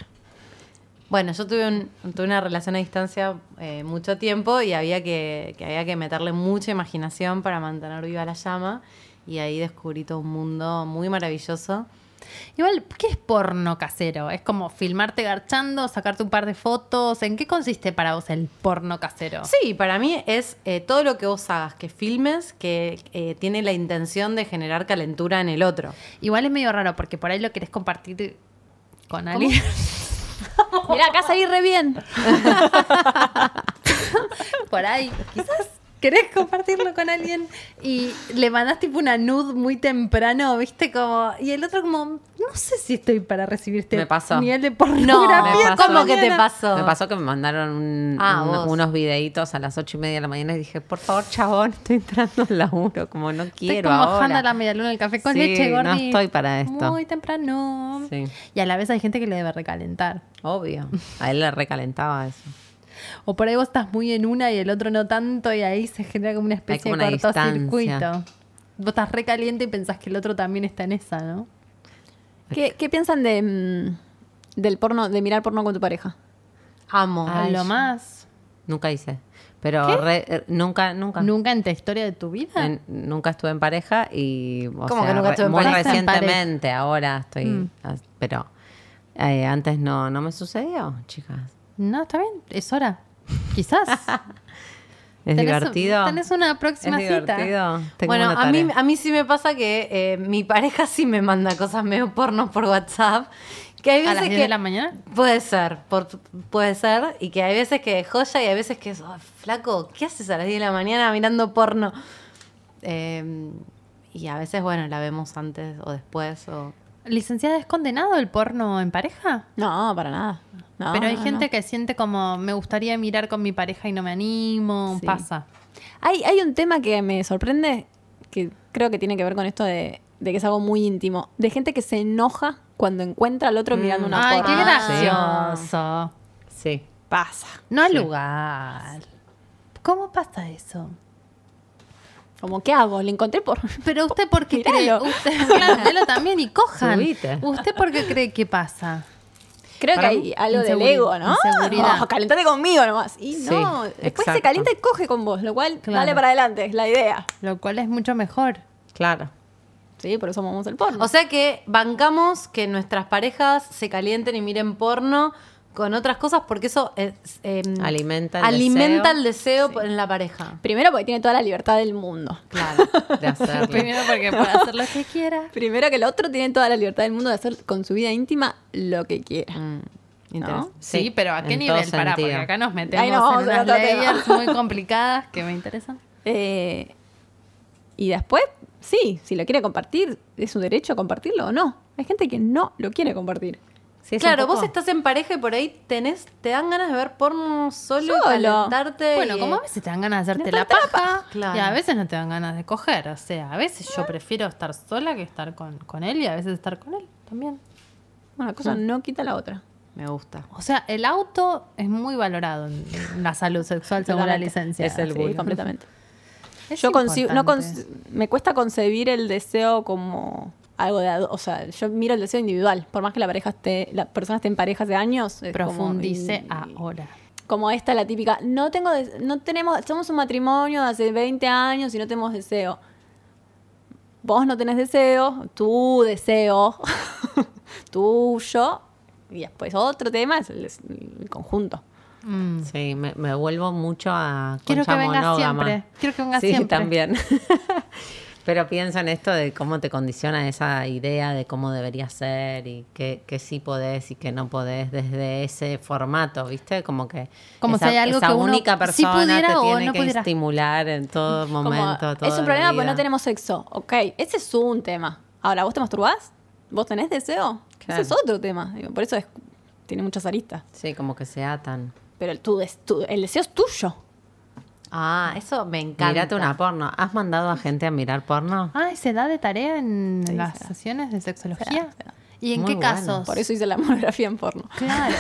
S3: Bueno, yo tuve, un- tuve una relación a distancia eh, mucho tiempo y había que, que había que meterle mucha imaginación para mantener viva la llama. Y ahí descubrí todo un mundo muy maravilloso.
S1: Igual, ¿qué es porno casero? ¿Es como filmarte garchando, sacarte un par de fotos? ¿En qué consiste para vos el porno casero?
S3: Sí, para mí es eh, todo lo que vos hagas, que filmes, que eh, tiene la intención de generar calentura en el otro.
S1: Igual es medio raro porque por ahí lo querés compartir con alguien.
S5: Mirá, acá salí re bien.
S1: por ahí, quizás querés compartirlo con alguien y le mandás tipo una nude muy temprano, ¿viste? Como y el otro como, no sé si estoy para recibir este
S4: Me pasó.
S1: nivel de
S3: No,
S1: pornografía.
S4: me pasó.
S3: ¿cómo que te pasó?
S4: Me pasó que me mandaron un-
S3: Ah,
S4: un-
S3: vos.
S4: unos videitos a las ocho y media de la mañana y dije, por favor, chabón, *laughs* estoy entrando al laburo, como no quiero
S1: Estoy como
S4: ahora.
S1: bajando la medialuna del café con
S4: Sí,
S1: leche,
S4: no
S1: gordi.
S4: estoy para esto.
S1: Muy temprano.
S4: Sí.
S1: Y a la vez hay gente que le debe recalentar.
S4: Obvio. A él le recalentaba eso.
S1: O por ahí vos estás muy en una y el otro no tanto y ahí se genera como una especie
S4: Hay como
S1: de
S4: una
S1: cortocircuito.
S4: distancia.
S1: Vos estás re caliente y pensás que el otro también está en esa, ¿no?
S5: ¿Qué, qué piensan de mm, del porno, de mirar porno con tu pareja?
S3: Amo.
S4: Ay,
S1: lo
S4: yo-
S1: más.
S4: Nunca hice. Pero re- eh, nunca, nunca.
S1: Nunca en tu historia de tu vida.
S4: En- nunca estuve en pareja y. O
S3: ¿Cómo
S4: sea,
S3: que nunca
S4: re-
S3: estuve en
S4: muy
S1: pareja? Nunca en pareja.
S4: recientemente, ahora estoy. as- Pero eh, antes no, no me sucedió, chicas.
S1: No, está bien, es hora.
S4: *laughs*
S1: Quizás.
S4: Es
S1: Tenés un-
S4: divertido.
S1: tenés una próxima
S4: es
S1: cita.
S4: divertido. Tengo
S3: bueno,
S4: una
S3: a mí,
S4: tarea.
S3: a mí sí me pasa que eh, mi pareja *laughs* sí me manda cosas medio porno por WhatsApp. Que hay
S1: ¿A
S3: veces
S1: las 10
S3: que
S1: de la mañana?
S3: Puede ser, por- puede ser. Y que hay veces que joya y hay veces que es, "Ay, flaco, ¿qué haces a las 10 de la mañana mirando porno? Eh, y a veces, bueno, la vemos antes o después. O...
S1: Licenciada, ¿es condenado el porno en pareja?
S5: No, para nada. No,
S1: Pero hay
S4: Ah.
S5: no,
S1: gente
S5: no.
S1: que siente como, me gustaría mirar con mi pareja y no me animo,
S5: Sí.
S1: pasa.
S5: Hay, hay un tema que me sorprende, que creo que tiene que ver con esto de, de que es algo muy íntimo. De gente que se enoja cuando encuentra al otro mirando una
S1: Ay,
S5: porno.
S1: qué
S4: sí.
S1: gracioso.
S4: Sí.
S5: Pasa.
S1: No al lugar. ¿Cómo pasa eso?
S5: Como, ¿qué hago? Le encontré por...
S1: Pero usted porque cree,
S5: Míralo.
S1: usted, *laughs* claro, míralo también y cojan.
S4: Subite.
S1: ¿Usted porque cree que pasa?
S5: *laughs* Creo que
S4: Para
S5: hay
S4: mí,
S5: algo del
S1: inseguri-
S5: ego, ¿no?
S1: inseguridad.
S5: No, calentate conmigo nomás. Y
S4: Sí,
S5: no, después se
S4: exacto.
S5: calienta y coge con vos, lo cual
S1: Claro.
S5: dale para adelante, es la idea.
S1: Lo cual es mucho mejor.
S4: Claro.
S5: Sí, por eso amamos el porno.
S3: o sea que bancamos que nuestras parejas se calienten y miren porno con otras cosas porque eso es, eh,
S4: Alimenta el
S3: alimenta
S4: deseo.
S3: el deseo en la pareja.
S5: Primero porque tiene toda la libertad del mundo.
S3: Claro.
S4: De
S1: *laughs*
S4: hacerlo.
S1: Primero porque puede hacer lo que quiera.
S5: Primero que el otro tiene toda la libertad del mundo de hacer con su vida íntima lo que quiera.
S3: interesante.
S1: Sí, pero ¿a qué
S4: Mm, en
S1: nivel?
S4: todo
S1: Pará, porque
S4: sentido.
S1: acá nos
S5: Ahí
S1: metemos
S5: nos vamos
S1: en
S5: a
S1: unas
S5: otro tema.
S1: layers muy complicadas que me interesan.
S5: Eh, y después, sí, si lo quiere compartir, es su derecho compartirlo o no. Hay gente que no lo quiere compartir.
S4: Sí, es un
S3: claro,
S4: poco-
S3: vos estás en pareja y por ahí tenés, te dan ganas de ver porno solo, y
S5: Solo.
S3: calentarte.
S1: Bueno,
S3: y-
S1: como a veces te dan ganas de hacerte la paja
S3: Claro.
S1: y a veces no te dan ganas de coger. O sea, a veces yo prefiero estar sola que estar con, con él y a veces estar con él también.
S5: Una cosa no quita la otra.
S4: Me gusta.
S1: O sea, el auto es muy valorado en en la salud sexual según la
S5: Totalmente.
S1: licencia.
S4: Es el
S5: Sí,
S4: Bueno.
S5: completamente.
S1: Es
S5: yo consigo, no
S1: importante.
S5: conci- me cuesta concebir el deseo como algo de, ado- o sea, yo miro el deseo individual, por más que la pareja esté, la persona esté en pareja hace años, es como-
S1: Profundice
S5: y-
S1: ahora.
S5: como esta la típica, no tengo des- no tenemos, somos un matrimonio de hace 20 años y no tenemos deseo. Vos no tenés deseo, tu deseo *laughs* tuyo y después otro tema es el, des- el conjunto.
S1: Mm.
S4: Sí, me, me vuelvo mucho a
S1: Quiero
S4: concha
S1: que venga
S4: monógama.
S1: siempre, quiero que venga
S4: sí,
S1: siempre.
S4: también. *laughs* Pero pienso en esto de cómo te condiciona esa idea de cómo deberías ser y qué, qué sí podés y qué no podés desde ese formato, ¿viste? Como que
S1: Como
S4: esa,
S1: si hay algo
S4: esa
S1: que uno
S4: única
S1: sí
S4: persona te
S1: pudiera o
S4: tiene
S1: no
S4: que
S1: pudiera.
S4: estimular en todo
S5: Como,
S4: momento. toda
S5: es un
S4: la
S5: problema porque
S4: vida.
S5: no tenemos sexo. Ok, ese es un tema. Ahora, ¿vos te masturbás? ¿Vos tenés deseo?
S4: Claro.
S5: Ese es otro tema. Digo, Por eso es- tiene muchas aristas.
S4: Sí, como que se atan.
S5: Pero el, tu des- tu- el deseo es tuyo.
S3: Ah, eso me encanta.
S4: Mirate una porno. ¿Has mandado a gente a mirar porno?
S1: Ah, ¿y ¿se da de tarea en
S5: Sí,
S1: las
S5: se da.
S1: sesiones de sexología?
S5: Se da, se da.
S1: ¿Y en
S4: Muy
S1: qué
S4: bueno.
S1: casos?
S5: Por eso hice la monografía en porno.
S1: Claro.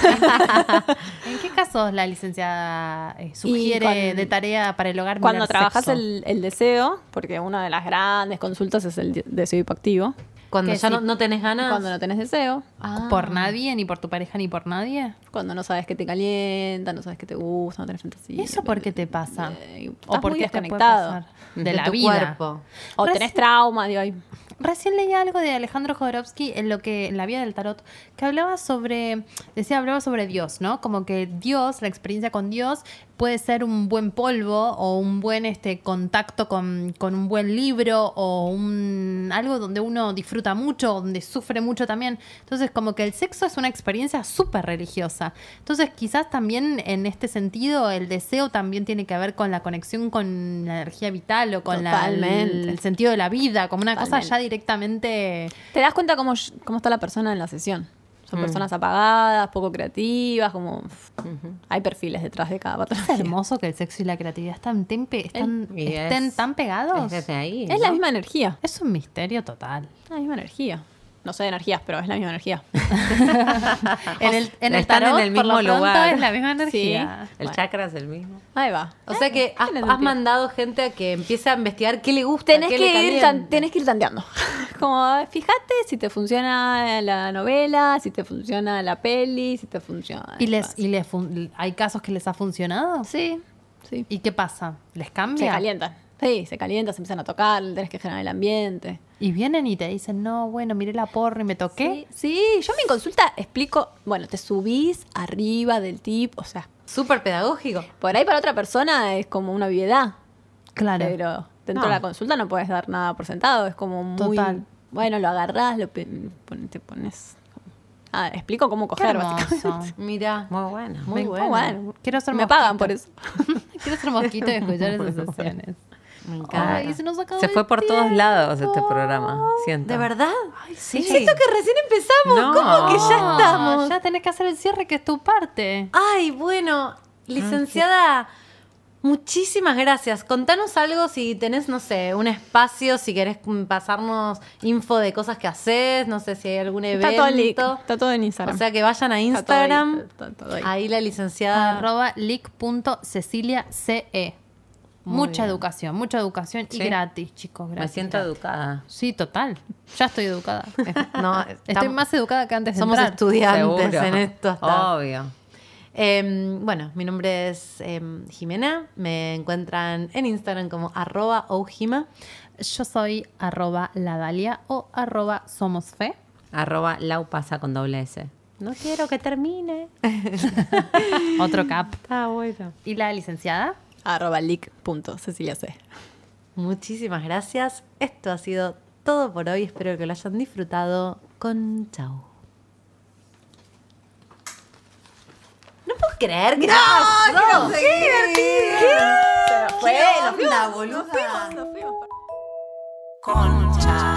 S1: ¿En qué *laughs* casos la licenciada eh, sugiere
S5: con-
S1: de tarea para el hogar
S5: Cuando
S1: mirar
S5: trabajas
S1: sexo?
S5: el, el deseo, porque una de las grandes consultas es el de- deseo hipoactivo.
S3: Cuando
S1: que
S3: ya
S1: sí.
S3: no, no tenés
S1: Ah.
S3: ganas.
S5: Cuando no tenés deseo,
S1: ¿Por nadie, ni por tu pareja, ni por nadie?
S5: cuando no sabes que te calienta, no sabes que te gusta, no tenés fantasía.
S1: ¿Y eso por qué te pasa?
S5: Eh, estás
S1: ¿O por
S5: muy
S1: qué te puede
S5: desconectado.
S1: pasar? De,
S3: De
S1: la
S3: tu
S1: vida.
S3: cuerpo.
S5: O
S1: Reci-
S5: tenés trauma, digo, ay,
S1: Recién leía algo de Alejandro Jodorowsky en lo que en la vida del tarot que hablaba sobre decía hablaba sobre Dios, ¿no? Como que Dios, la experiencia con Dios puede ser un buen polvo o un buen este contacto con, con un buen libro o un algo donde uno disfruta mucho, donde sufre mucho también. Entonces, como que el sexo es una experiencia súper religiosa. Entonces, quizás también en este sentido el deseo también tiene que ver con la conexión con la energía vital o con la, el,
S5: Totalmente.
S1: sentido de la vida, como una cosa
S5: Totalmente.
S1: ya directamente.
S5: Te das cuenta cómo, cómo está la persona en la sesión.
S1: Mm.
S5: Son personas apagadas, poco creativas, como... Hay perfiles detrás de cada
S1: Es
S5: patología.
S1: hermoso que el sexo y la creatividad están tan pe- están-
S4: Y es-
S1: estén tan pegados.
S4: Es desde ahí.
S5: Es la
S4: ¿no?
S5: misma energía.
S1: Es un misterio
S4: *laughs*
S1: total.
S5: Es la misma energía. No sé de energías, pero es la
S1: *laughs*
S5: misma energía.
S1: En el, en el
S4: Están en
S1: tarot,
S4: el
S1: por lo
S4: mismo
S1: pronto,
S4: lugar.
S1: es la misma
S5: Sí.
S1: energía.
S4: El
S5: Bueno.
S4: chakra es el mismo.
S5: Ahí va.
S1: Ah,
S3: O sea que has,
S5: tiene
S3: has
S5: sentido.
S3: mandado gente a que empiece a investigar qué le gusta.
S5: Tenés
S3: qué le
S5: que, ir
S3: calienta.
S5: tan- tenés que ir tanteando. *laughs* Como, ah, fíjate si te funciona la novela, si te funciona la peli, si te funciona.
S1: ¿Y, les, y les fun- hay casos que les ha funcionado?
S5: Sí, sí.
S1: ¿Y qué pasa? ¿Les
S5: Se
S1: cambia?
S5: calientan. Sí, se calientan, se empiezan a tocar, tenés que generar el ambiente.
S1: Y vienen y te dicen, no, bueno, miré la porra y me toqué.
S5: Sí, sí, yo en mi consulta explico, bueno, te subís arriba del tip, o sea,
S3: Súper pedagógico.
S5: por ahí para otra persona es como una obviedad,
S1: Claro.
S5: pero dentro de la consulta no puedes dar nada por sentado, es como muy
S1: Total.
S5: bueno, lo agarrás, lo pe- pon- te pones Ah, explico cómo
S1: Qué
S5: coger, básicamente.
S1: hermoso.
S3: Mirá.
S4: Muy buena.
S3: Muy
S5: Muy
S3: bueno.
S5: oh, bueno.
S1: Quiero ser
S5: Me pagan
S1: mosquito.
S5: por eso.
S1: *laughs* Quiero ser mosquito y
S4: *laughs*
S1: escuchar esas sesiones.
S4: Me encanta.
S1: Ay, se nos acabó
S4: Se
S1: el
S4: fue por todos
S1: tiempo.
S4: lados este programa, siento.
S3: ¿De verdad?
S4: sí.
S3: Siento que recién
S4: No.
S3: empezamos. ¿Cómo que ya
S1: No,
S3: estamos?
S1: Ya tenés que hacer el cierre, que es tu parte.
S3: Ay, bueno, licenciada, muchísimas gracias. Contanos algo si tenés, no sé, un espacio, si querés mm, pasarnos info de cosas que haces, no sé si hay algún evento.
S5: Está todo, en link, está todo en
S3: O
S5: Instagram.
S3: sea, que vayan a
S5: Está todo ahí,
S3: Instagram.
S5: está todo Ah, ahí.
S3: Ahí la licenciada.
S1: arroba leak.cecilia.ce. Mucha educación, mucha educación
S4: Sí.
S1: y gratis, chicos.
S4: Me
S1: gratis,
S4: siento
S1: gratis.
S4: educada.
S1: Sí, total. Ya estoy
S3: *laughs*
S1: educada.
S3: No,
S1: Estoy
S3: estamos-
S1: más educada que antes de
S3: Somos
S1: entrar.
S3: estudiantes
S4: Seguro.
S3: en esto hasta.
S4: Obvio.
S3: Em, bueno, mi nombre es em, Jimena. Me encuentran en Instagram como arroba ojima.
S1: Yo soy arroba ladalia o arroba somos fe.
S4: Arroba laupasa con doble S. No quiero que termine.
S1: Otro cap.
S4: Está Ah, bueno.
S1: ¿Y la licenciada?
S5: Arroba leak punto Cecilia C.
S3: Muchísimas gracias. Esto ha sido todo por hoy. Espero que lo hayan disfrutado. Con chau. No puedo creer que no. pasó. ¡Qué divertido! Se nos fue, nos fuimos, nos fuimos.
S6: Concha.